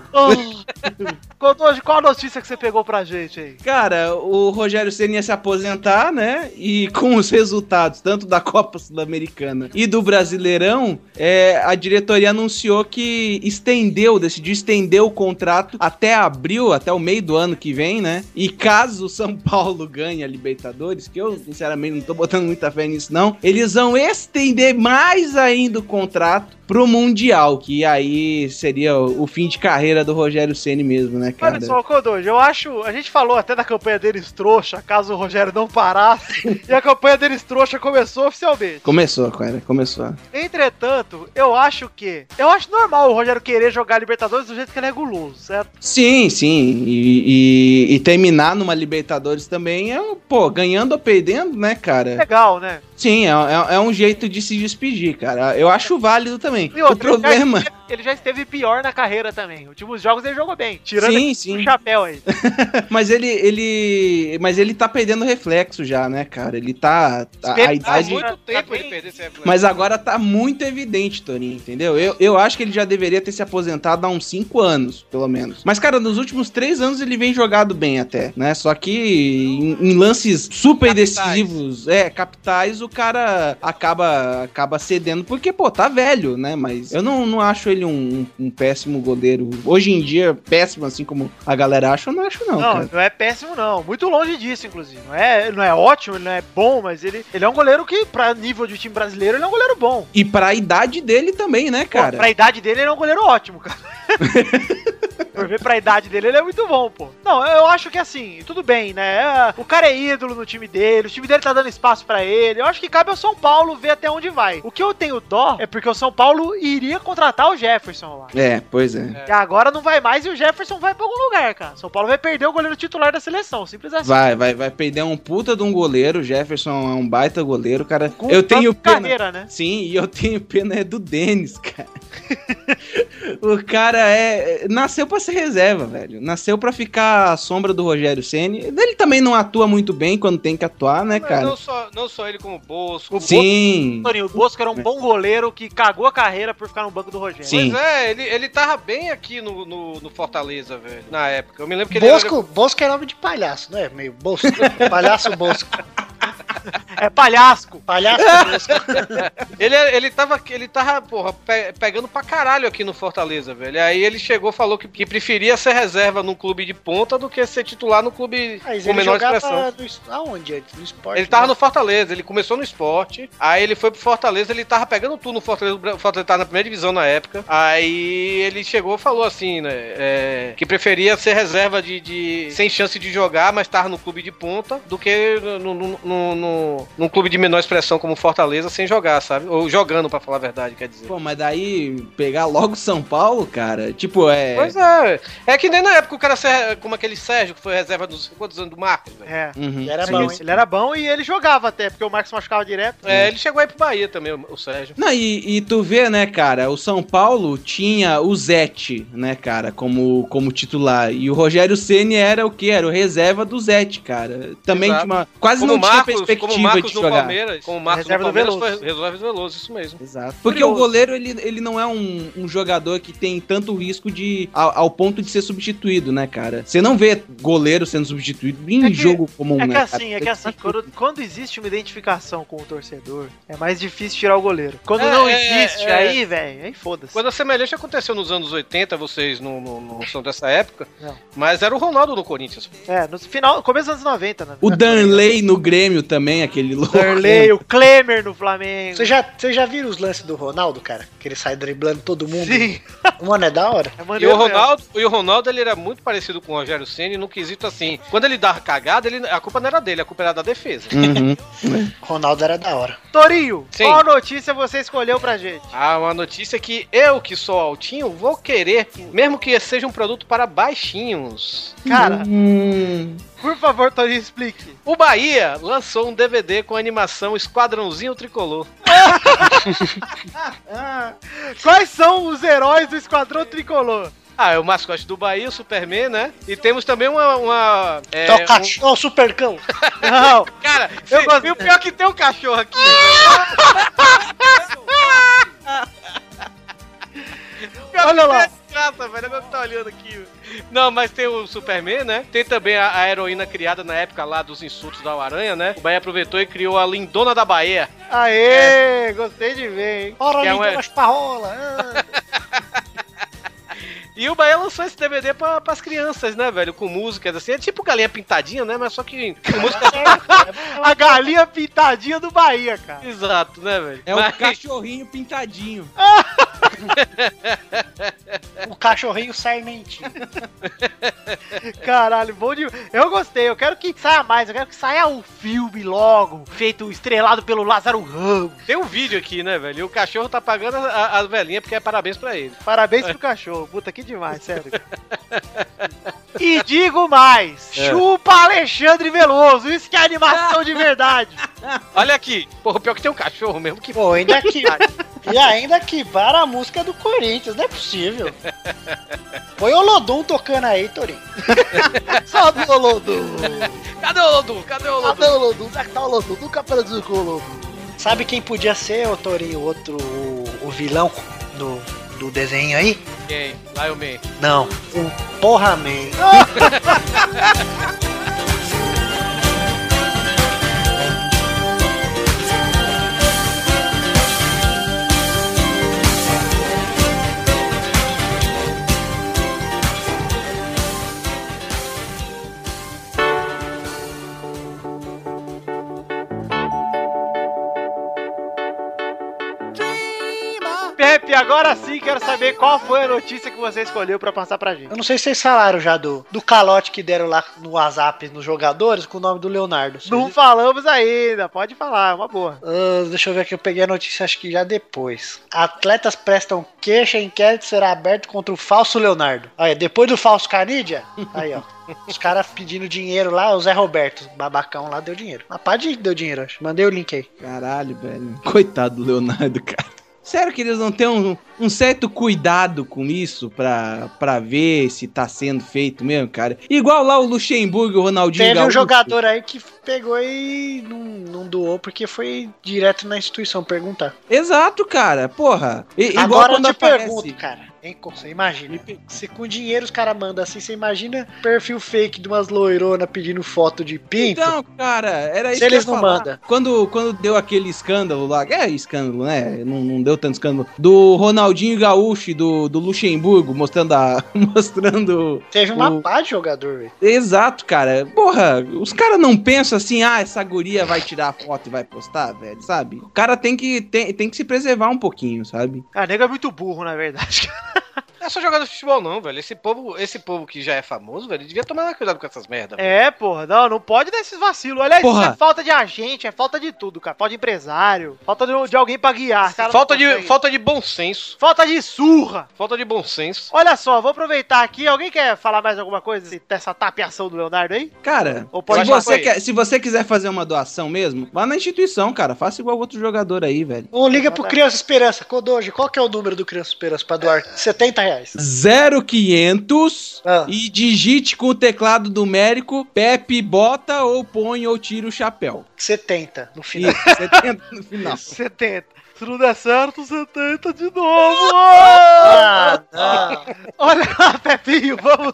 Speaker 2: Kodoji, qual a notícia que você pegou pra gente aí?
Speaker 4: Cara, o Rogério Ceni ia se aposentar, né? E com os resultados, tanto da Copa Sul-Americana e do Brasileirão, é, a diretoria anunciou que estendeu, decidiu estender o contrato até abril, até o meio do ano que vem, né? E caso o São Paulo ganhe a Libertadores, que eu sinceramente não tô botando muita fé nisso, não, eles vão estender mais ainda o contrato pro Mundial, que aí seria o o fim de carreira do Rogério Ceni mesmo, né, cara?
Speaker 2: Olha só, Kodoji, eu acho. A gente falou até da campanha deles trouxa, caso o Rogério não parasse. e a campanha deles trouxa começou oficialmente.
Speaker 4: Começou, cara, começou.
Speaker 2: Entretanto, eu acho que. Eu acho normal o Rogério querer jogar Libertadores do jeito que ele é guloso, certo?
Speaker 4: Sim, sim. E, e- e terminar numa Libertadores também é, um- pô, ganhando ou perdendo, né, cara?
Speaker 2: Legal, né?
Speaker 4: Sim, é, é- é um jeito de se despedir, cara. Eu acho válido também.
Speaker 2: E
Speaker 4: o
Speaker 2: outro, ele já
Speaker 4: problema.
Speaker 2: esteve- Ele já, esteve pior na carreira também. Os últimos jogos ele jogou bem. Tirando
Speaker 4: Sim,
Speaker 2: aquele
Speaker 4: sim.
Speaker 2: do chapéu aí.
Speaker 4: Mas ele, ele. Mas ele tá perdendo reflexo já, né, cara? Ele tá. A, a
Speaker 2: Espera-
Speaker 6: Faz
Speaker 4: idade.
Speaker 2: Ah,
Speaker 6: muito
Speaker 2: tá
Speaker 6: tempo
Speaker 2: bem.
Speaker 6: ele perdeu esse reflexo.
Speaker 4: Mas agora tá muito evidente, Toninho, entendeu? Eu, eu acho que ele já deveria ter se aposentado há uns 5 anos, pelo menos. Mas, cara, nos últimos 3 anos ele vem jogado bem até, né? Só que em, em lances super
Speaker 6: Capitais.
Speaker 4: decisivos, é, capitais, o cara acaba, acaba cedendo, porque, pô, tá velho, né? Mas eu não, não acho ele um, um péssimo goleiro. Hoje em dia, péssimo, assim como a galera acha, eu não acho, não,
Speaker 2: Não,
Speaker 4: cara.
Speaker 2: não é péssimo, não. Muito longe disso, inclusive. Não é, não é ótimo, ele não é bom, mas ele, ele é um goleiro que, pra nível de time brasileiro, ele é um goleiro bom.
Speaker 4: E pra idade dele também, né,
Speaker 2: Pô,
Speaker 4: cara?
Speaker 2: pra idade dele, ele é um goleiro ótimo, cara. Por ver pra idade dele, ele é muito bom, pô. Não, eu acho que assim, tudo bem, né? É, O cara é ídolo no time dele, o time dele tá dando espaço pra ele. Eu acho que cabe ao São Paulo ver até onde vai. O que eu tenho dó é porque o São Paulo iria contratar o Jefferson lá.
Speaker 4: É, pois é.
Speaker 2: E agora não vai mais e o Jefferson vai pra algum lugar, cara. São Paulo vai perder o goleiro titular da seleção, simples assim.
Speaker 4: Vai, vai, vai perder um puta de um goleiro. O Jefferson é um baita goleiro, cara.
Speaker 2: Com
Speaker 4: eu
Speaker 2: tanto
Speaker 4: tenho
Speaker 2: de
Speaker 4: pena.
Speaker 2: carreira, né?
Speaker 4: Sim, e eu tenho pena é do Denis, cara. o cara é. Nasceu pra ser reserva, velho. Nasceu pra ficar à sombra do Rogério Ceni. Ele também não atua muito bem quando tem que atuar, né,
Speaker 6: Mas
Speaker 4: cara?
Speaker 6: Não só, não só ele como o Bosco.
Speaker 2: O
Speaker 4: Sim.
Speaker 2: Torinho, o Bosco era um bom goleiro que cagou a carreira por ficar no banco do Rogério.
Speaker 4: Sim.
Speaker 6: Pois é, ele, ele tava bem aqui no, no, no Fortaleza, velho, na época. Eu me lembro que ele
Speaker 8: Bosco, Bosco é nome de palhaço, não é? Meio Bosco. palhaço Bosco.
Speaker 2: É palhasco.
Speaker 8: Palhaço Bosco.
Speaker 6: Ele, ele tava, ele tava porra, pe- pegando pra caralho aqui no Fortaleza, velho. Aí ele chegou e falou que, que preferia ser reserva num clube de ponta do que ser titular no clube
Speaker 8: Mas
Speaker 6: com
Speaker 8: ele
Speaker 6: menor
Speaker 8: jogava
Speaker 6: expressão.
Speaker 8: no es- aonde antes? No esporte.
Speaker 6: Ele tava
Speaker 8: né?
Speaker 6: no Fortaleza, ele começou no esporte, aí ele foi pro Fortaleza, ele tava pegando tudo no Fortaleza, o Fortaleza tava na primeira divisão na época, aí ele chegou e falou assim, né, é, que preferia ser reserva de, de- sem chance de jogar, mas tava no clube de ponta, do que no, no, no- no- num clube de menor expressão como o Fortaleza sem jogar, sabe? Ou jogando, pra falar a verdade, quer dizer.
Speaker 4: Pô, mas daí pegar logo São Paulo, cara, tipo, é.
Speaker 6: Pois é, é que nem na época o cara, ser- como aquele Sérgio, que foi reserva dos quantos anos do Marcos, né? velho?
Speaker 2: É.
Speaker 4: Uhum,
Speaker 8: Ele era
Speaker 4: sim.
Speaker 8: bom, hein?
Speaker 2: Ele era bom e ele jogava até, porque o Marcos machucava direto.
Speaker 6: É, ele chegou aí pro Bahia também, o o Sérgio.
Speaker 4: Não, e, e tu vê, né, cara, o São Paulo tinha o Zete, né, cara, como, como titular. E o Rogério Ceni era o quê? Era o reserva do Zete, cara. Também
Speaker 6: Exato.
Speaker 4: tinha uma. Quase
Speaker 6: como
Speaker 4: não
Speaker 6: Marcos,
Speaker 4: tinha perspectiva
Speaker 6: como Marcos
Speaker 4: de
Speaker 6: no
Speaker 4: jogar.
Speaker 6: Palmeiras, como Marcos
Speaker 2: Reserva
Speaker 6: no
Speaker 2: do
Speaker 6: Palmeiras
Speaker 2: Veloso.
Speaker 6: foi reserva do Veloso, isso mesmo.
Speaker 4: Exato. Porque
Speaker 2: Curioso.
Speaker 4: o goleiro, ele, ele não é um, um jogador que tem tanto risco de. Ao, ao ponto de ser substituído, né, cara? Você não vê goleiro sendo substituído em
Speaker 2: É que-
Speaker 4: jogo comum,
Speaker 2: É que
Speaker 4: né? cara?
Speaker 2: assim, é que assim, quando, quando existe uma identificação com o torcedor, é mais difícil tirar o goleiro. Quando
Speaker 6: É,
Speaker 2: não
Speaker 6: é,
Speaker 2: existe,
Speaker 6: é.
Speaker 2: aí, velho, aí foda-se.
Speaker 6: Quando a semelhança aconteceu nos anos 80, vocês não, não, não são dessa época,
Speaker 2: Não.
Speaker 6: mas era o Ronaldo no Corinthians.
Speaker 2: É, no final, começo dos anos 90, né?
Speaker 4: O Darley no Grêmio também, aquele louco.
Speaker 2: Derlei, o Klemer no Flamengo.
Speaker 8: Vocês já, vocês já viram os lances do Ronaldo, cara? Que ele sai driblando todo mundo.
Speaker 2: Sim.
Speaker 8: Mano, é da hora.
Speaker 2: É
Speaker 6: E o
Speaker 2: maneiro mesmo.
Speaker 6: Ronaldo, e o Ronaldo ele era muito parecido com o Rogério Ceni no quesito assim. Quando ele dava cagada, ele, a culpa não era dele, a culpa era da defesa.
Speaker 4: Uhum.
Speaker 8: Ronaldo era da hora.
Speaker 2: Torinho,
Speaker 6: Sim.
Speaker 2: qual notícia você escolheu pra gente?
Speaker 6: Ah, uma notícia que eu, que sou altinho, vou querer, mesmo que seja um produto para baixinhos.
Speaker 2: Cara,
Speaker 4: Hum.
Speaker 2: por favor, Torinho, explique.
Speaker 6: O Bahia lançou um DVD com a animação Esquadrãozinho Tricolor.
Speaker 2: Quais são os heróis do Esquadrão Tricolor?
Speaker 6: Ah, é o mascote do Bahia, o Superman, né? E temos também uma. uma é,
Speaker 8: É, o
Speaker 6: um-
Speaker 8: cachorro, o supercão.
Speaker 2: Não,
Speaker 6: Cara,
Speaker 2: Eu
Speaker 6: se-
Speaker 2: gosto-
Speaker 6: e o pior é que tem um cachorro aqui. é
Speaker 2: Olha lá.
Speaker 6: Desgraça, velho. Agora que tá olhando aqui. velho. Não, mas tem o Superman, né? Tem também a, a heroína criada na época lá dos insultos da Aranha, né? O Bahia aproveitou e criou a Lindona da Bahia.
Speaker 2: aê, gostei de ver, hein?
Speaker 8: Ora,
Speaker 6: Que é
Speaker 8: é
Speaker 6: um-
Speaker 8: uma esparrola. ah.
Speaker 6: E o Bahia lançou esse DVD pra, pras crianças, né, velho? Com músicas assim. É tipo galinha pintadinha, né? Mas só que com música.
Speaker 2: A galinha pintadinha do Bahia, cara.
Speaker 6: Exato, né, velho?
Speaker 4: É
Speaker 6: Mas-
Speaker 4: o cachorrinho pintadinho.
Speaker 8: O cachorrinho sarmentinho.
Speaker 2: Caralho, bom de. Eu gostei, eu quero que saia mais, eu quero que saia um filme logo, feito estrelado pelo Lázaro Ramos.
Speaker 6: Tem um vídeo aqui, né, velho? E o cachorro tá pagando a- a- as velhinhas porque é parabéns pra ele.
Speaker 2: Parabéns pro cachorro, puta que demais, sério. E digo mais,
Speaker 6: É.
Speaker 2: chupa Alexandre Veloso, isso que é animação de verdade.
Speaker 6: Olha aqui. Porra, pior que tem um cachorro mesmo que.
Speaker 8: Pô, ainda que. e ainda que para a música do Corinthians, não é possível. Põe o Lodum tocando aí, Torinho.
Speaker 10: Sabe o Lodum?
Speaker 6: Cadê o Lodu? Cadê o Lodu?
Speaker 10: Cadê o Lodum? Onde é que tá o Lodum? Nunca aprendi com o Lodum.
Speaker 8: Sabe quem podia ser, ô Torinho, outro, o, o vilão do, do desenho aí?
Speaker 6: Quem? Lion Man.
Speaker 8: Não, o Porra Man.
Speaker 2: Pepe, agora sim quero saber qual foi a notícia que você escolheu pra passar pra gente.
Speaker 8: Eu não sei se vocês falaram já do, do calote que deram lá no WhatsApp nos jogadores com o nome do Leonardo. Vocês-
Speaker 2: Não falamos ainda, pode falar, é uma boa.
Speaker 8: Ah, deixa eu ver que eu peguei a notícia acho que já depois. Atletas prestam queixa, inquérito será aberto contra o falso Leonardo. Aí, depois do falso Canídia, aí ó. Os caras pedindo dinheiro lá, o Zé Roberto, babacão lá, deu dinheiro. A Padinha que deu dinheiro, acho. Mandei o link aí.
Speaker 4: Caralho, velho. Coitado do Leonardo, cara. Sério que eles não têm um, um certo cuidado com isso pra, pra ver se tá sendo feito mesmo, cara? Igual lá o Luxemburgo e o Ronaldinho
Speaker 8: Teve um
Speaker 4: Gaúcho.
Speaker 8: jogador aí que pegou e não, não doou porque foi direto na instituição perguntar.
Speaker 4: Exato, cara, porra. I- igual
Speaker 8: Agora eu
Speaker 4: quando
Speaker 8: te
Speaker 4: aparece-
Speaker 8: pergunto, cara. Hein, Cor, você imagina. Se com dinheiro os caras mandam assim, você imagina perfil fake de umas loirona pedindo foto de pinto?
Speaker 4: Então, cara, era isso
Speaker 8: Se eles
Speaker 4: eu ia
Speaker 8: não
Speaker 4: falar.
Speaker 8: mandam.
Speaker 4: Quando, quando deu aquele escândalo lá, é escândalo, né? Não, não deu tanto escândalo. Do Ronaldinho Gaúcho e do, do Luxemburgo mostrando a. mostrando
Speaker 8: Teve uma
Speaker 4: o-
Speaker 8: pá de jogador, velho.
Speaker 4: Exato, cara. Porra, os caras não pensam assim, ah, essa guria vai tirar a foto e vai postar, velho, sabe? O cara tem que, tem, tem que se preservar um pouquinho, sabe?
Speaker 2: Ah, nego é muito burro, na verdade.
Speaker 6: Não é só jogador de futebol, não, velho. Esse povo, esse povo que já é famoso, velho, devia tomar cuidado com essas merdas.
Speaker 2: É, porra, não, não pode dar esses vacilos. Olha isso,
Speaker 4: Porra.
Speaker 2: é falta de agente, é falta de tudo, cara. Falta de empresário, falta de, de alguém pra guiar. É, cara não
Speaker 6: Falta de,
Speaker 2: consegue.
Speaker 6: falta de bom senso.
Speaker 2: falta de surra.
Speaker 6: Falta de bom senso.
Speaker 2: Olha só, vou aproveitar aqui. Alguém quer falar mais alguma coisa desse- dessa tapeação do Leonardo aí?
Speaker 4: Cara,
Speaker 2: Ou pode
Speaker 4: se
Speaker 2: achar
Speaker 4: você,
Speaker 6: que foi
Speaker 4: quer- se você quiser fazer uma doação mesmo, vá na instituição, cara. Faça igual outro jogador aí, velho.
Speaker 8: Ou liga pro Criança Esperança. Kodoji, qual que é o número do Criança Esperança pra doar? 70 reais.
Speaker 4: 0500
Speaker 8: Ah.
Speaker 4: e digite com o teclado numérico Pepe bota ou põe ou tira o chapéu.
Speaker 8: 70 no final.
Speaker 4: E 70 no final.
Speaker 2: 70. Se não der certo, 70 de novo.
Speaker 8: Ah, não.
Speaker 2: Olha lá, Pepinho, vamos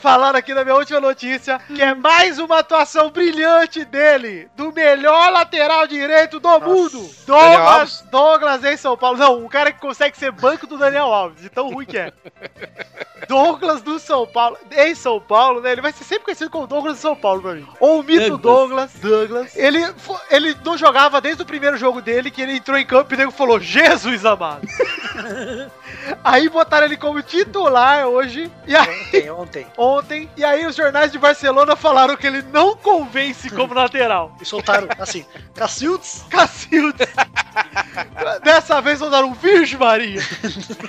Speaker 2: falar aqui da minha última notícia, que é mais uma atuação brilhante dele, do melhor lateral direito do mundo,
Speaker 6: Daniel
Speaker 2: Douglas,
Speaker 6: Alves?
Speaker 2: Douglas em São Paulo. Não, um cara que consegue ser banco do Daniel Alves, de tão ruim que é. Douglas do São Paulo, em São Paulo, né? Ele vai ser sempre conhecido como Douglas do São Paulo pra mim. Ou o mito Douglas.
Speaker 4: Douglas.
Speaker 2: Douglas. Ele, fo- ele não jogava desde o primeiro jogo dele, que ele entrou em campo e o nego falou: Jesus amado. Aí botaram ele como titular hoje. E aí,
Speaker 8: Ontem, ontem.
Speaker 2: ontem. E aí os jornais de Barcelona falaram que ele não convence como lateral.
Speaker 8: E soltaram assim. Cacildes?
Speaker 2: Cacildes. Dessa vez mandaram um Virgem Maria.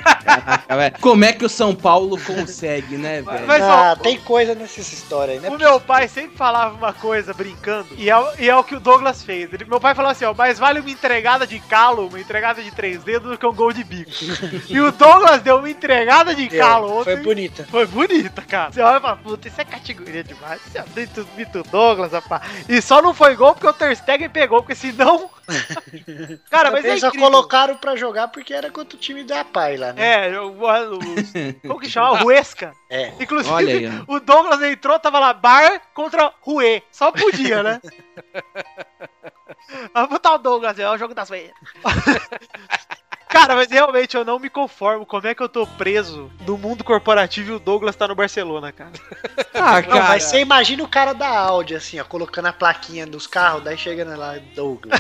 Speaker 4: Caraca, velho. Como é que o São Paulo consegue, né, velho?
Speaker 2: Mas,
Speaker 8: ah,
Speaker 2: ó,
Speaker 8: tem coisa nessa história aí, né?
Speaker 2: O meu pai sempre falava uma coisa brincando, e é, o- e é o que o Douglas fez. Ele- meu pai falou assim: ó, mais vale uma entregada de calo, uma entregada de três dedos, do que um gol de bico. e o Douglas deu uma entregada de
Speaker 8: Deu,
Speaker 2: calo ontem.
Speaker 8: Foi bonita.
Speaker 2: Foi bonita, cara. Você olha e fala, puta, isso é categoria demais. Isso é muito Mito Douglas, rapaz. E só não foi gol porque o Ter Stegen pegou, porque senão... cara, mas é
Speaker 8: Eles só
Speaker 2: incrível.
Speaker 8: colocaram pra jogar porque era contra o time da Pai lá, né?
Speaker 2: É, o, o, o- como que chama? Ruesca.
Speaker 8: É.
Speaker 2: Inclusive,
Speaker 4: Olha aí, ó.
Speaker 2: o Douglas entrou, tava lá, bar contra Rue. Só podia, né? Vamos botar o Douglas, é o jogo das veias. Cara, mas realmente eu não me conformo. Como é que eu tô preso no mundo corporativo e o Douglas tá no Barcelona, cara?
Speaker 4: Ah,
Speaker 8: Não, mas você imagina o cara da Audi, assim, ó, colocando a plaquinha dos carros, daí chegando lá, Douglas.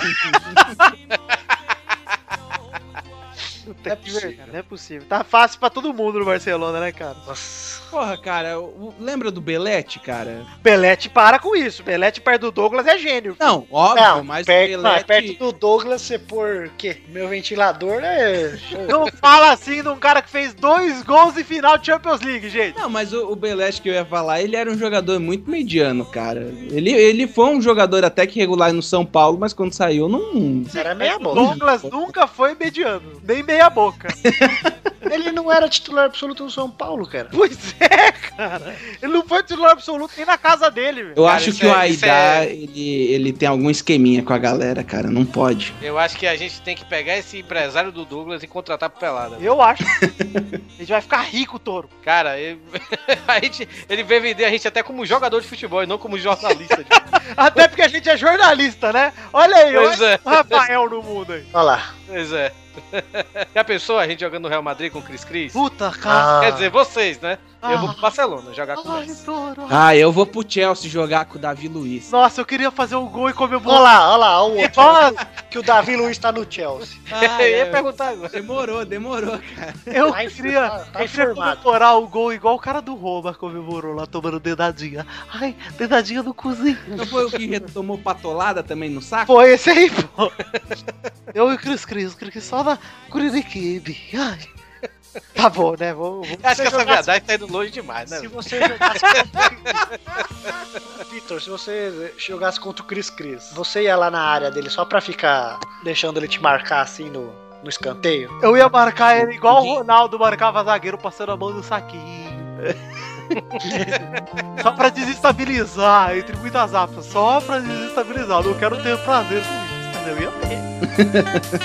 Speaker 2: Não é possível, cara, não é possível. Tá fácil pra todo mundo no Barcelona, né, cara?
Speaker 8: Nossa.
Speaker 4: Porra, cara, o- lembra do Belete, cara?
Speaker 2: Belete para com isso. Belete perto do Douglas é gênio.
Speaker 4: Não, óbvio,
Speaker 8: Não,
Speaker 4: mas
Speaker 8: perto,
Speaker 4: o
Speaker 8: mas
Speaker 4: Belete.
Speaker 8: perto do Douglas, você pôr o quê? Meu ventilador é.
Speaker 2: Não fala assim de um cara que fez dois gols em final de Champions League, gente.
Speaker 4: Não, mas o, o Belete que eu ia falar, ele era um jogador muito mediano, cara. Ele, ele foi um jogador até que regular no São Paulo, mas quando saiu, não.
Speaker 8: Era meia
Speaker 2: O
Speaker 8: bola.
Speaker 2: Douglas nunca foi mediano, nem meia boca.
Speaker 8: Ele não era titular absoluto no São Paulo, cara.
Speaker 2: pois é, cara. Ele não foi titular absoluto nem na casa dele, velho.
Speaker 4: Eu
Speaker 6: Cara,
Speaker 4: acho
Speaker 6: isso
Speaker 4: que o
Speaker 6: é- isso
Speaker 4: Aidar,
Speaker 6: é-
Speaker 4: ele, ele tem algum esqueminha com a galera, cara. Não pode.
Speaker 6: Eu acho que a gente tem que pegar esse empresário do Douglas e contratar pro Pelada.
Speaker 2: Eu acho. A gente vai ficar rico, touro.
Speaker 6: Cara, ele, a gente, ele veio vender a gente até como jogador de futebol e não como jornalista. de-
Speaker 2: Até porque a gente é jornalista, né? Olha aí,
Speaker 6: pois
Speaker 2: olha
Speaker 6: é,
Speaker 2: o Rafael no mundo aí.
Speaker 8: Olha lá.
Speaker 6: pois é. Já pensou a gente jogando no Real Madrid com o Cris Cris?
Speaker 2: Puta, cara.
Speaker 8: Ah,
Speaker 6: Quer dizer, vocês, né? Eu vou
Speaker 2: Ah.
Speaker 6: pro Barcelona jogar com o
Speaker 2: Ai,
Speaker 6: Messi.
Speaker 2: touro.
Speaker 4: Ah, eu vou pro Chelsea jogar com o Davi Luiz.
Speaker 2: Nossa, eu queria fazer um gol e
Speaker 8: olha
Speaker 2: comemorar.
Speaker 8: lá, olha lá, olha o outro.
Speaker 2: Nossa,
Speaker 8: Que o Davi Luiz tá no Chelsea.
Speaker 4: Ah,
Speaker 6: eu ia
Speaker 4: é.
Speaker 6: perguntar agora.
Speaker 4: Demorou, demorou, cara.
Speaker 2: Eu
Speaker 8: Tá
Speaker 2: queria,
Speaker 8: informado, tá
Speaker 2: eu queria
Speaker 8: informado.
Speaker 2: comemorar o gol igual o cara do Roma comemorou lá, tomando dedadinha. Ai, dedadinha no cozinho.
Speaker 4: Não foi o que retomou patolada também no saco?
Speaker 2: Foi esse aí, pô. Eu e o Cris Cris, o Cris só na Cuririquibe. Ai. Tá bom, né? Vamos, vamos.
Speaker 6: Acho que essa verdade tá indo longe demais, né?
Speaker 8: Se você jogasse contra... Vitor, se você jogasse contra o Cris Cris, você ia lá na área dele só pra ficar deixando ele te marcar assim no, no escanteio?
Speaker 2: Eu ia marcar ele igual o Ronaldo marcava zagueiro passando a mão no saquinho. só pra desestabilizar, entre muitas aspas, só pra desestabilizar. Eu não quero ter prazer com isso, mas eu ia ter.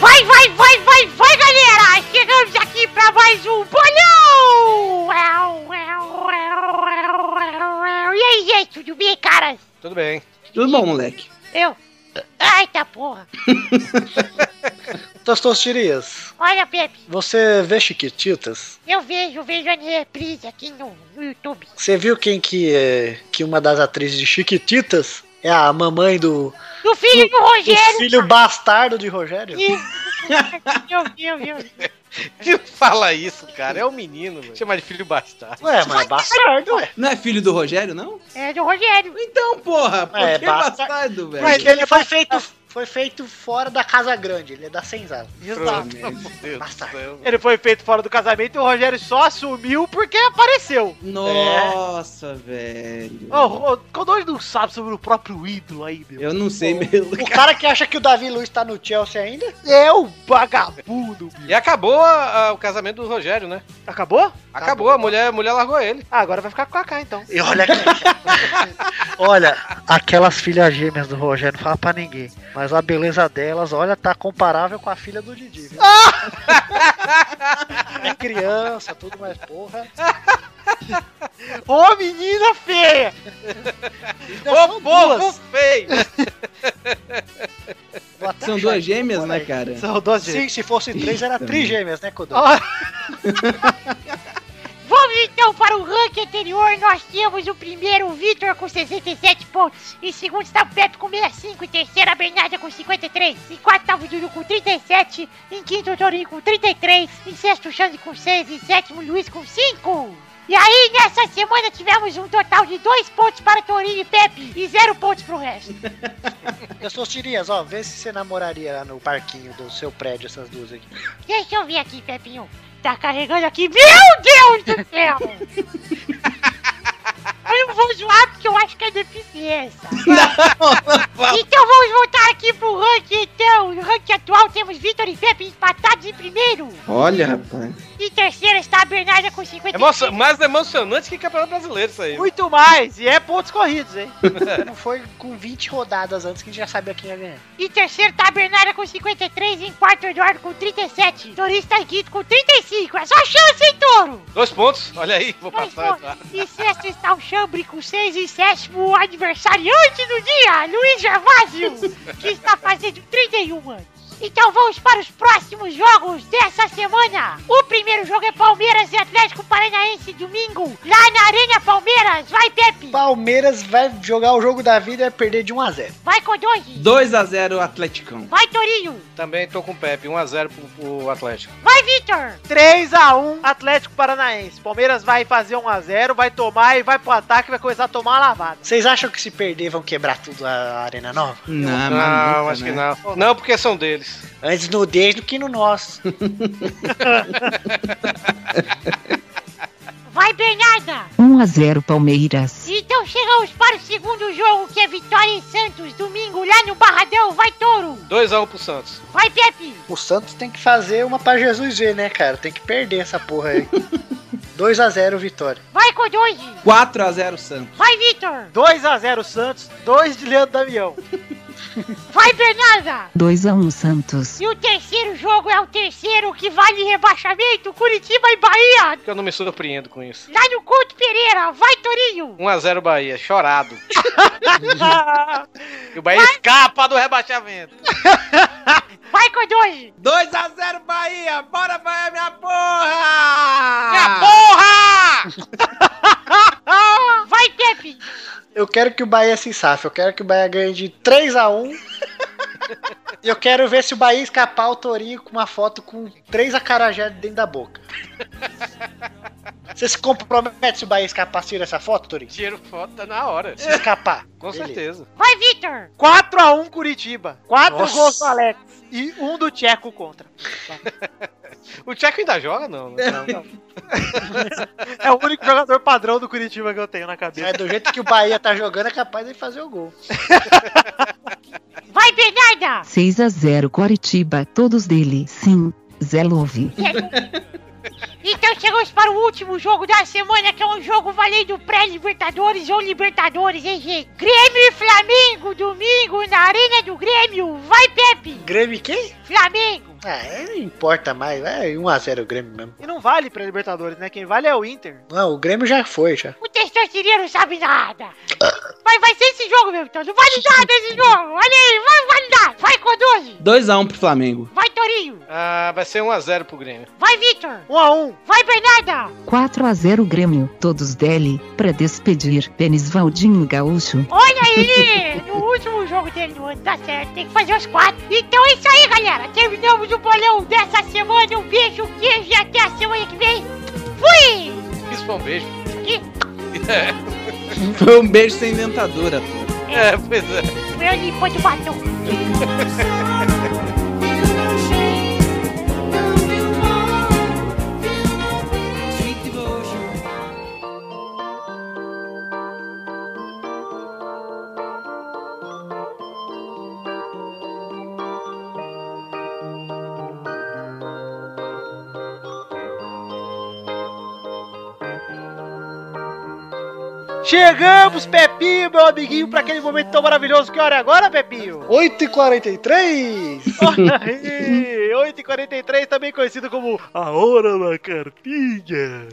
Speaker 11: Vai, vai, vai, vai, vai, galera! Chegamos aqui pra mais um bolhão! Uau, uau, uau, uau, uau. E aí, gente, tudo bem, caras?
Speaker 6: Tudo bem.
Speaker 4: Tudo bom, moleque.
Speaker 11: Eu? Ai, tá porra!
Speaker 8: Tostostirias,
Speaker 11: Olha, Pepe,
Speaker 8: você vê Chiquititas?
Speaker 11: eu vejo, vejo a minha reprise aqui no, no YouTube.
Speaker 8: Você viu quem que é que uma das atrizes de Chiquititas é a mamãe do,
Speaker 11: Do filho do
Speaker 8: do
Speaker 11: Rogério!
Speaker 8: filho bastardo de Rogério?
Speaker 11: Meu Deus, meu Deus.
Speaker 6: Que fala isso, cara? É um menino, velho. Chamar de filho bastardo.
Speaker 8: Ué, mas é bastardo, ué.
Speaker 4: Não é filho do Rogério, não?
Speaker 11: É do Rogério.
Speaker 4: Então, porra, por
Speaker 8: É,
Speaker 4: que
Speaker 8: basta-
Speaker 4: bastardo, velho?
Speaker 8: Mas é- ele Ah. foi feito, foi feito fora da Casa Grande, ele é da senzala.
Speaker 2: Exato.
Speaker 6: Meu Deus do céu.
Speaker 2: Ele foi feito fora do casamento e o Rogério só assumiu porque apareceu.
Speaker 4: Nossa, velho.
Speaker 2: Ô, oh, quando hoje não sabe sobre o próprio ídolo aí, meu?
Speaker 4: Eu não sei mesmo.
Speaker 8: O cara que acha que o Davi Luiz tá no Chelsea ainda?
Speaker 2: É o vagabundo.
Speaker 6: E acabou a- a- o casamento do Rogério, né?
Speaker 2: Acabou?
Speaker 6: Acabou, a mulher, a mulher largou ele.
Speaker 2: Ah, agora vai ficar com a K, então.
Speaker 8: E olha Olha, aquelas filhas gêmeas do Rogério, não fala pra ninguém. Mas a beleza delas, olha, tá comparável com a filha do Didi. Viu? é criança, tudo mais porra.
Speaker 2: Ô, menina feia!
Speaker 6: Ô, povo feio!
Speaker 8: tá
Speaker 4: São duas gêmeas, né, cara?
Speaker 2: São duas
Speaker 8: Sim, se fosse três, era trigêmeas, né, Codô?
Speaker 11: Vamos então para o ranking anterior. Nós tínhamos o primeiro, o Vitor, com 67 pontos. Em segundo estava o Pepe com 65. Em terceiro, a Bernarda com 53. Em quarto estava o Júlio com 37. Em quinto, o Torinho com 33. Em sexto, o Xande com 6. Em sétimo, o Luiz com 5. E aí, nessa semana, tivemos um total de 2 pontos para Torinho e Pepe. E 0 pontos para o resto.
Speaker 8: Tirias, ó, vê se você namoraria lá no parquinho do seu prédio, essas duas aqui.
Speaker 11: Deixa eu ver aqui, Pepinho. Tá carregando aqui. Meu Deus do céu! eu não vou zoar porque eu acho que é deficiência. então vamos voltar aqui pro ranking, então. No ranking atual temos Vitor e Pepe empatados em primeiro.
Speaker 4: Olha, rapaz.
Speaker 11: Em terceiro está a Bernarda com
Speaker 3: É
Speaker 11: 50.
Speaker 6: Emocio- mais emocionante que Campeonato Brasileiro isso aí.
Speaker 2: Muito mais! E é pontos corridos, hein?
Speaker 8: Não foi com 20 rodadas antes que a gente já sabia quem ia ganhar.
Speaker 11: Em terceiro está a Bernarda com 53. Em quarto, Eduardo com 37. Torinho está em quinto com 35. É só chance, hein, Toro?
Speaker 6: Dois pontos, olha aí, vou
Speaker 11: Pois
Speaker 6: passar.
Speaker 3: então.
Speaker 11: foi. Em sexto está o Chambre com seis e sétimo o aniversariante do dia, Luiz Gervásio, que está fazendo 31 anos. Então vamos para os próximos jogos dessa semana. O primeiro jogo é Palmeiras e Atlético Paranaense, domingo, lá na Arena Palmeiras. Vai, Pepe.
Speaker 8: Palmeiras vai jogar o jogo da vida e vai perder de 1 a 0
Speaker 11: Vai, Codonji.
Speaker 4: 2x0 Atleticão.
Speaker 11: Vai, Torinho.
Speaker 6: Também tô com o Pepe, 1x0 pro, pro Atlético.
Speaker 11: Vai, Vitor.
Speaker 2: 3x1 Atlético Paranaense. Palmeiras vai fazer 1x0, vai tomar e vai pro ataque e vai começar a tomar a lavada.
Speaker 8: Vocês acham que se perder vão quebrar tudo a Arena Nova?
Speaker 4: Não, mas
Speaker 6: Não,
Speaker 4: nunca,
Speaker 6: acho
Speaker 4: né?
Speaker 6: que não. Não, porque são deles.
Speaker 8: Antes no deles do que no nosso.
Speaker 11: Vai, Bernarda.
Speaker 7: 1 a 0 Palmeiras.
Speaker 11: Então chegamos para o segundo jogo, que é Vitória e Santos, domingo, lá no Barradão. Vai, Touro.
Speaker 6: 2x1 pro Santos.
Speaker 11: Vai, Pepe.
Speaker 8: O Santos tem que fazer uma pra Jesus ver, né, cara? Tem que perder essa porra aí. 2 a 0 vitória.
Speaker 11: Vai, Codonji.
Speaker 4: né? 4x0 Santos.
Speaker 11: Vai, Vitor!
Speaker 2: 2x0 Santos, 2 de Leandro Damião.
Speaker 11: Vai, Bernarda!
Speaker 7: 2 a 1 Santos.
Speaker 11: E o terceiro jogo é o terceiro que vale rebaixamento, Curitiba e Bahia!
Speaker 6: Porque eu não me surpreendo com isso.
Speaker 11: Lá no Couto Pereira, vai, Torinho!
Speaker 6: 1x0 Bahia, chorado. E o Bahia escapa do rebaixamento.
Speaker 11: Vai, Codonji!
Speaker 4: 2x0 Bahia! Bora, Bahia, minha porra!
Speaker 6: Minha porra!
Speaker 11: Vai, Pepe!
Speaker 8: Eu quero que o Bahia se safe. Eu quero que o Bahia ganhe de 3 a 1 E eu quero ver se o Bahia escapar o Torinho com uma foto com três acarajé dentro da boca. Você se compromete se o Bahia escapar, tira essa foto, Turim?
Speaker 6: Tiro foto tá na hora.
Speaker 8: Se escapar.
Speaker 6: Com
Speaker 8: Beleza.
Speaker 6: certeza.
Speaker 11: Vai, Vitor!
Speaker 2: 4x1 Curitiba. 4
Speaker 8: Nossa.
Speaker 2: gols do Alex. E um do Tcheco contra.
Speaker 6: O Tcheco ainda joga, não, né?
Speaker 2: É o único jogador padrão do Curitiba que eu tenho na cabeça.
Speaker 8: É, do jeito que o Bahia tá jogando, é capaz de fazer o gol.
Speaker 11: Vai, Bernarda!
Speaker 7: 6 a 0 Coritiba, todos dele. Sim, Zé Love.
Speaker 11: Então chegamos para o último jogo da semana, que é um jogo valendo pré-Libertadores ou Libertadores, hein, gente? Grêmio e Flamengo, domingo, na Arena do Grêmio. Vai, Pepe!
Speaker 8: Grêmio quem?
Speaker 11: Flamengo!
Speaker 8: Ah, é, não importa mais. É 1x0 o Grêmio mesmo.
Speaker 2: E não vale pra Libertadores, né? Quem vale é o Inter.
Speaker 8: Não, o Grêmio já foi, já.
Speaker 11: O Testosterino não sabe nada. Mas vai ser esse jogo mesmo, então. Não vale nada esse jogo. Olha aí, vai, vale nada. Vai, Coduzzi.
Speaker 4: 2x1 pro Flamengo.
Speaker 11: Vai, Torinho.
Speaker 6: Ah, vai ser 1x0 pro Grêmio.
Speaker 11: Vai, Vitor.
Speaker 2: 1x1.
Speaker 11: Vai, Bernarda.
Speaker 7: 4 a 0 Grêmio, todos dele. Pra despedir, Denis Valdinho Gaúcho.
Speaker 11: Olha aí, no último jogo dele no ano, tá certo, tem que fazer os quatro. Então é isso aí, galera. Terminamos o bolão dessa semana. Um beijo, queijo e até a semana que vem. Fui!
Speaker 6: Isso foi um beijo.
Speaker 11: Aqui,
Speaker 4: Foi um beijo sem dentadura, pô.
Speaker 6: É, pois é.
Speaker 11: meu limpo de batom.
Speaker 2: Chegamos, Pepinho, meu amiguinho, pra aquele momento tão maravilhoso. Que hora é agora, Pepinho?
Speaker 8: 8h43!
Speaker 2: Olha aí, 8h43, também conhecido como a hora da cartinha.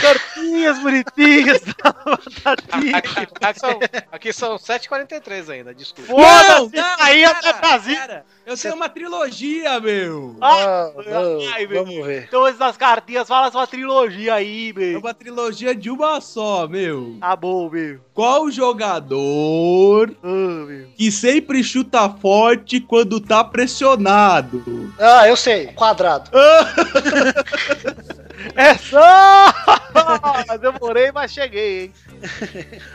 Speaker 2: Cartinhas bonitinhas da batatinha.
Speaker 6: Aqui, aqui são, aqui são 7h43 ainda, desculpa.
Speaker 2: Foda-se,
Speaker 4: Não, não,
Speaker 2: aí é
Speaker 4: cara,
Speaker 2: da Brasil.
Speaker 4: cara, eu tenho uma trilogia, meu.
Speaker 2: Ah,
Speaker 8: não,
Speaker 2: ai, meu.
Speaker 8: vamos ver.
Speaker 2: Então, antes das cartinhas, fala sua trilogia aí,
Speaker 4: É
Speaker 2: meu.
Speaker 4: uma trilogia de uma só, meu.
Speaker 2: Tá bom, meu.
Speaker 4: Qual jogador
Speaker 2: Ah, meu.
Speaker 4: que sempre chuta forte quando tá pressionado?
Speaker 8: Ah, eu sei. Quadrado.
Speaker 2: É só! Demorei, mas cheguei, hein?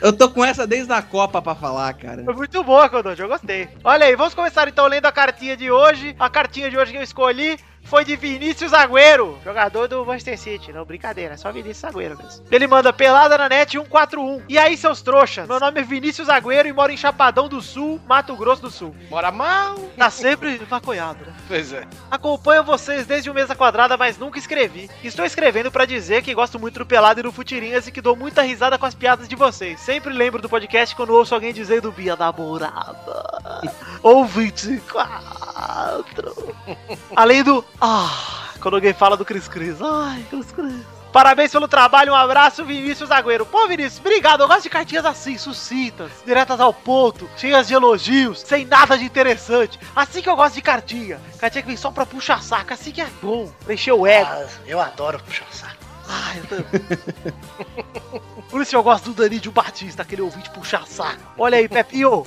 Speaker 4: Eu tô com essa desde a Copa pra falar, cara.
Speaker 2: Foi muito boa, Codonte, eu gostei. Olha aí, vamos começar então lendo a cartinha de hoje. A cartinha de hoje que eu escolhi foi de Vinícius Agüero, jogador do Manchester City. Não, brincadeira, é só Vinícius Agüero mesmo. Ele manda pelada na net 141. E aí, seus trouxas? Meu nome é Vinícius Agüero e moro em Chapadão do Sul, Mato Grosso do Sul.
Speaker 6: Bora mal.
Speaker 2: Tá sempre maconhado, né?
Speaker 6: Pois é.
Speaker 2: Acompanho vocês desde o Mesa Quadrada, mas nunca escrevi. Estou escrevendo pra dizer que gosto muito do Pelado e do Futirinhas e que dou muita risada com as piadas de vocês. Sempre lembro do podcast quando ouço alguém dizendo Bia Namorada. Ou 24. Além do. Ah, quando alguém fala do Cris Cris. Ai, Cris Cris. Parabéns pelo trabalho, um abraço, Vinícius Agüero. Pô, Vinícius, obrigado. Eu gosto de cartinhas assim, sucintas, diretas ao ponto, cheias de elogios, sem nada de interessante. Assim que eu gosto de cartinha. Cartinha que vem só pra puxar saco, assim que é bom. Preencher o ego.
Speaker 8: Ah, eu adoro puxar saco.
Speaker 2: Ah, eu também. Por isso eu gosto do Danídio Batista, aquele ouvinte puxar saco. Olha aí, Pepinho.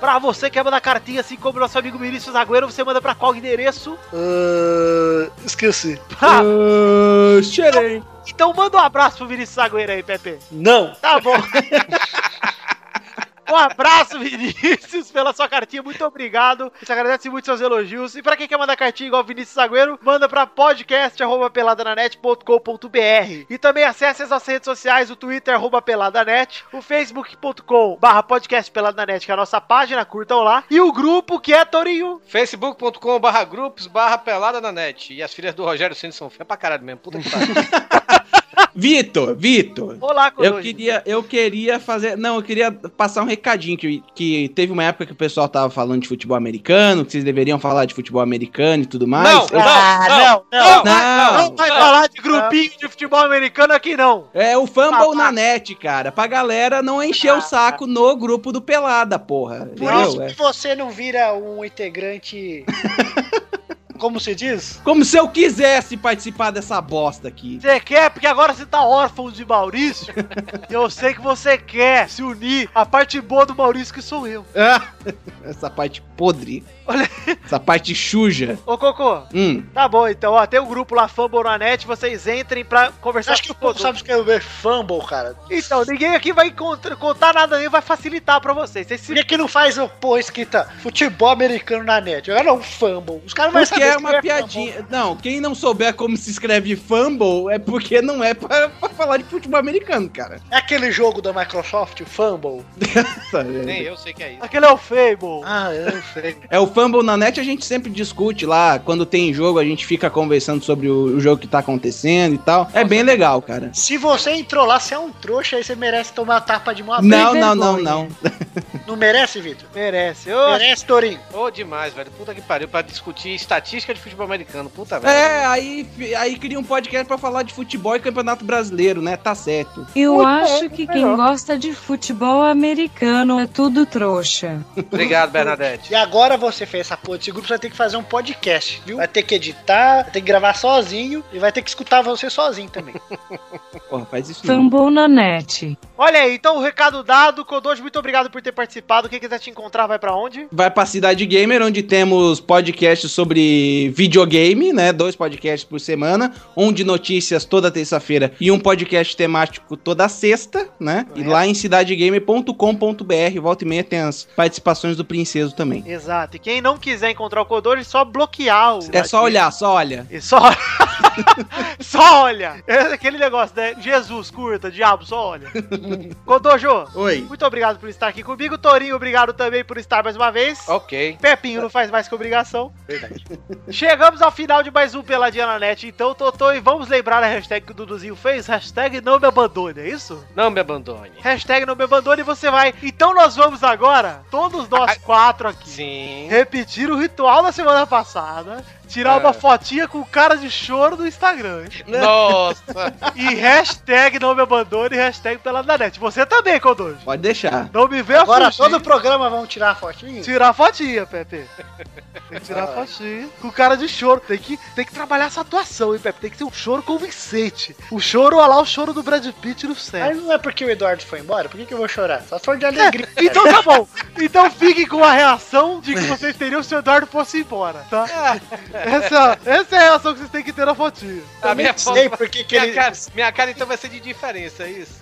Speaker 2: pra você que manda cartinha, assim como nosso amigo Vinícius Agüero, você manda pra qual endereço?
Speaker 8: Ah, esqueci.
Speaker 2: Pra-
Speaker 4: Ah, cheirei.
Speaker 2: Então manda um abraço pro Vinícius Agüero aí, Pepe.
Speaker 8: Não.
Speaker 2: Tá bom. Um abraço, Vinícius, pela sua cartinha. Muito obrigado. A gente agradece muito seus elogios. E pra quem quer mandar cartinha igual o Vinícius Zagueiro, manda pra podcast.peladananet.com.br. E também acesse as nossas redes sociais, o Twitter, arroba peladanet, o facebook.com barra podcast peladanet, que é a nossa página, curtam lá. E o grupo que é Torinho.
Speaker 6: facebook.com barra grupos barra pelada na net. E as filhas do Rogério Cine são feias pra caralho mesmo. Puta que pariu.
Speaker 4: Vitor, Vitor.
Speaker 2: Olá,
Speaker 4: Eu
Speaker 2: Coruja.
Speaker 4: queria, eu queria fazer. Não, eu queria passar um recadinho que, que teve uma época que o pessoal tava falando de futebol americano, que vocês deveriam falar de futebol americano e tudo mais.
Speaker 6: Não,
Speaker 4: Eu-
Speaker 2: não,
Speaker 4: não,
Speaker 2: Não vai falar de grupinho de futebol americano aqui, não.
Speaker 4: É o Fumble
Speaker 2: Ah,
Speaker 4: na net, cara. Pra galera não encher o saco no grupo do Pelada, porra.
Speaker 8: Por
Speaker 4: Entendeu?
Speaker 8: isso
Speaker 4: É.
Speaker 8: que você não vira um integrante como se diz?
Speaker 4: Como se eu quisesse participar dessa bosta aqui.
Speaker 2: Você quer? Porque agora você tá órfão de Maurício. e eu sei que você quer se unir à parte boa do Maurício, que sou eu.
Speaker 4: Ah, essa parte podre.
Speaker 2: Olha.
Speaker 4: Essa parte suja.
Speaker 2: Ô, Cocô.
Speaker 4: Hum.
Speaker 2: Tá bom, então, ó, tem o grupo lá, Fumble na net, vocês entrem pra
Speaker 8: Você
Speaker 2: conversar
Speaker 8: acha que o povo sabe escrever fumble, cara?
Speaker 2: Então, ninguém aqui vai contra- contar nada, nem vai facilitar pra vocês. Vocês
Speaker 8: Por
Speaker 2: se
Speaker 8: que, que não faz, oh, pô, escrita futebol americano na net? Olha não, fumble. Os caras vão
Speaker 4: Porque
Speaker 8: saber
Speaker 4: é uma
Speaker 8: escrever
Speaker 4: piadinha. Não, quem não souber como se escreve fumble é porque não é pra, pra falar de futebol americano, cara.
Speaker 8: fumble. É aquele jogo da Microsoft, o fumble.
Speaker 4: Tá vendo?
Speaker 6: Nem eu sei que é isso.
Speaker 2: Aquele é o Fable.
Speaker 8: Ah, eu sei.
Speaker 4: É o Fumble na net, a gente sempre discute lá. Quando tem jogo, a gente fica conversando sobre o, o jogo que tá acontecendo e tal. É bem legal, cara.
Speaker 8: Se você entrou lá, você é um trouxa, aí você merece tomar a tapa de mão aberta.
Speaker 4: Não, não, não, não.
Speaker 8: Não merece, Vitor?
Speaker 2: Merece. Ô,
Speaker 8: Merece, Torinho.
Speaker 6: Ô, demais, velho. Puta que pariu. Pra discutir estatística de futebol americano. Puta, velho.
Speaker 4: É, aí, fi- aí cria um podcast pra falar de futebol e campeonato brasileiro, né? Tá certo.
Speaker 12: Eu acho que quem gosta de futebol americano é tudo trouxa.
Speaker 6: Obrigado, Bernadette.
Speaker 8: E agora você fez essa porra desse grupo, você vai ter que fazer um podcast, viu? Vai ter que editar, vai ter que gravar sozinho e vai ter que escutar você sozinho também.
Speaker 4: Porra, faz isso não.
Speaker 12: Fumble na net.
Speaker 2: Olha aí, então o recado dado. Codojo, muito obrigado por ter participado. Quem quiser te encontrar, vai pra onde?
Speaker 4: Vai pra Cidade Gamer, onde temos podcasts sobre videogame, né? Dois podcasts por semana. Um de notícias toda terça-feira e um podcast temático toda sexta, né? E lá em cidadegamer.com.br, volta e meia tem as participações do Princeso também.
Speaker 2: Exato. E quem não quiser encontrar o Codojo, é só bloquear o.
Speaker 4: É só olhar, só olha.
Speaker 2: E só. só olha! É aquele negócio, né? Jesus, curta, diabo, só olha. Codojo,
Speaker 4: Oi.
Speaker 2: muito obrigado por estar aqui comigo. Torinho, obrigado também por estar mais uma vez.
Speaker 6: Oh. Ok.
Speaker 2: Pepinho não faz mais que obrigação. Verdade. Chegamos ao final de mais um Peladinha na Net, então, Totô, e vamos lembrar a hashtag que o Duduzinho fez? Hashtag não me abandone, é isso?
Speaker 6: Não me abandone.
Speaker 2: Hashtag não me abandone, você vai. Então nós vamos agora, todos nós quatro aqui,
Speaker 6: Sim.
Speaker 2: repetir o ritual da semana passada, tirar
Speaker 8: É.
Speaker 2: uma fotinha com cara de choro do Instagram.
Speaker 6: Nossa.
Speaker 2: E hashtag não me abandone, hashtag Peladinha na Net. Você também, Codojo.
Speaker 4: Pode deixar.
Speaker 2: Não me venha
Speaker 8: Agora
Speaker 2: fugir.
Speaker 8: todo o programa vão tirar a fotinho?
Speaker 2: Tirar a fotinha, Pepe. Tem que tirar a fotinha. Com cara de choro. Tem que, tem que trabalhar essa atuação, hein, Pepe? Tem que ser um choro convincente. O choro, olha lá, o choro do Brad Pitt no céu.
Speaker 8: Mas não é porque o Eduardo foi embora? Por que, que eu vou chorar? Só se for de alegria.
Speaker 2: Então tá bom. Então fiquem com a reação de que vocês teriam se o Eduardo fosse embora, tá? Essa, essa é a reação que vocês têm que ter na fotinha.
Speaker 6: A minha
Speaker 8: Não sei
Speaker 6: foto.
Speaker 8: por que, que
Speaker 6: Minha
Speaker 8: ele.
Speaker 6: cara, minha cara então vai ser de diferença, é isso?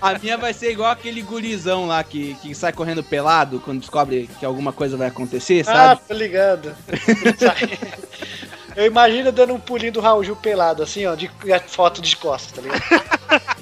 Speaker 4: A minha vai ser igual aquele gurizão lá que, que sai correndo pelado quando descobre que alguma coisa vai acontecer,
Speaker 8: Ah,
Speaker 4: sabe?
Speaker 8: tô ligado. Eu imagino dando um pulinho do Raul Gil pelado, assim, ó, de a foto de costas, tá ligado?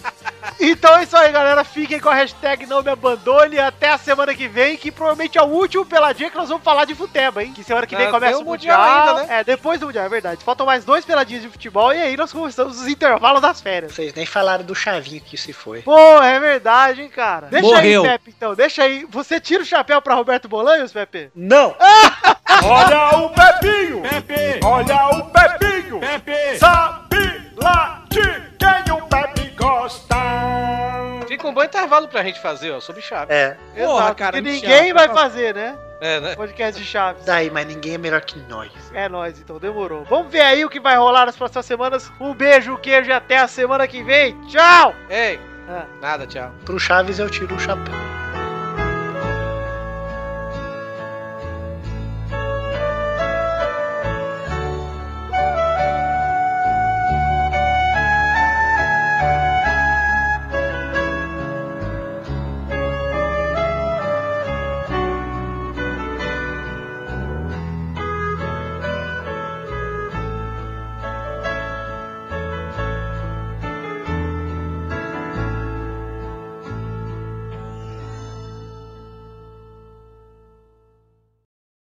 Speaker 2: Então é isso aí, galera. Fiquem com a hashtag não me abandone. Até a semana que vem, que provavelmente é o último peladinha que nós vamos falar de futebol, hein? Que semana que vem
Speaker 6: Ah,
Speaker 2: começa
Speaker 6: tem
Speaker 2: o
Speaker 6: o
Speaker 2: mundial.
Speaker 6: Mundial ainda, né?
Speaker 2: É, depois do mundial, é verdade. Faltam mais dois peladinhos de futebol e aí nós começamos os intervalos das férias.
Speaker 8: Vocês nem falaram do Chavinho que se foi.
Speaker 2: Pô, é verdade, hein, cara. Deixa
Speaker 4: Morreu.
Speaker 2: aí, Pepe, então. Deixa aí. Você tira o chapéu pra Roberto Bolanhos, Pepe?
Speaker 8: Não!
Speaker 1: Olha o Pepinho! Pepe! Olha o Pepinho! Pepe! Sabe lá de quem o Pepe gosta!
Speaker 6: Fica um bom intervalo pra gente fazer, ó, sobre chave.
Speaker 8: É,
Speaker 4: Porra, cara,
Speaker 2: que
Speaker 4: me
Speaker 2: ninguém
Speaker 4: chama. tá
Speaker 2: vai fazer, né?
Speaker 6: É, né?
Speaker 2: Podcast de Chaves.
Speaker 8: daí, mas ninguém é melhor que nós.
Speaker 2: É nóis, então. Demorou. Vamos ver aí o que vai rolar nas próximas semanas. Um beijo, um queijo e até a semana que vem. Tchau!
Speaker 6: Ei,
Speaker 2: Ah.
Speaker 6: nada, tchau.
Speaker 8: Pro Chaves eu tiro o chapéu.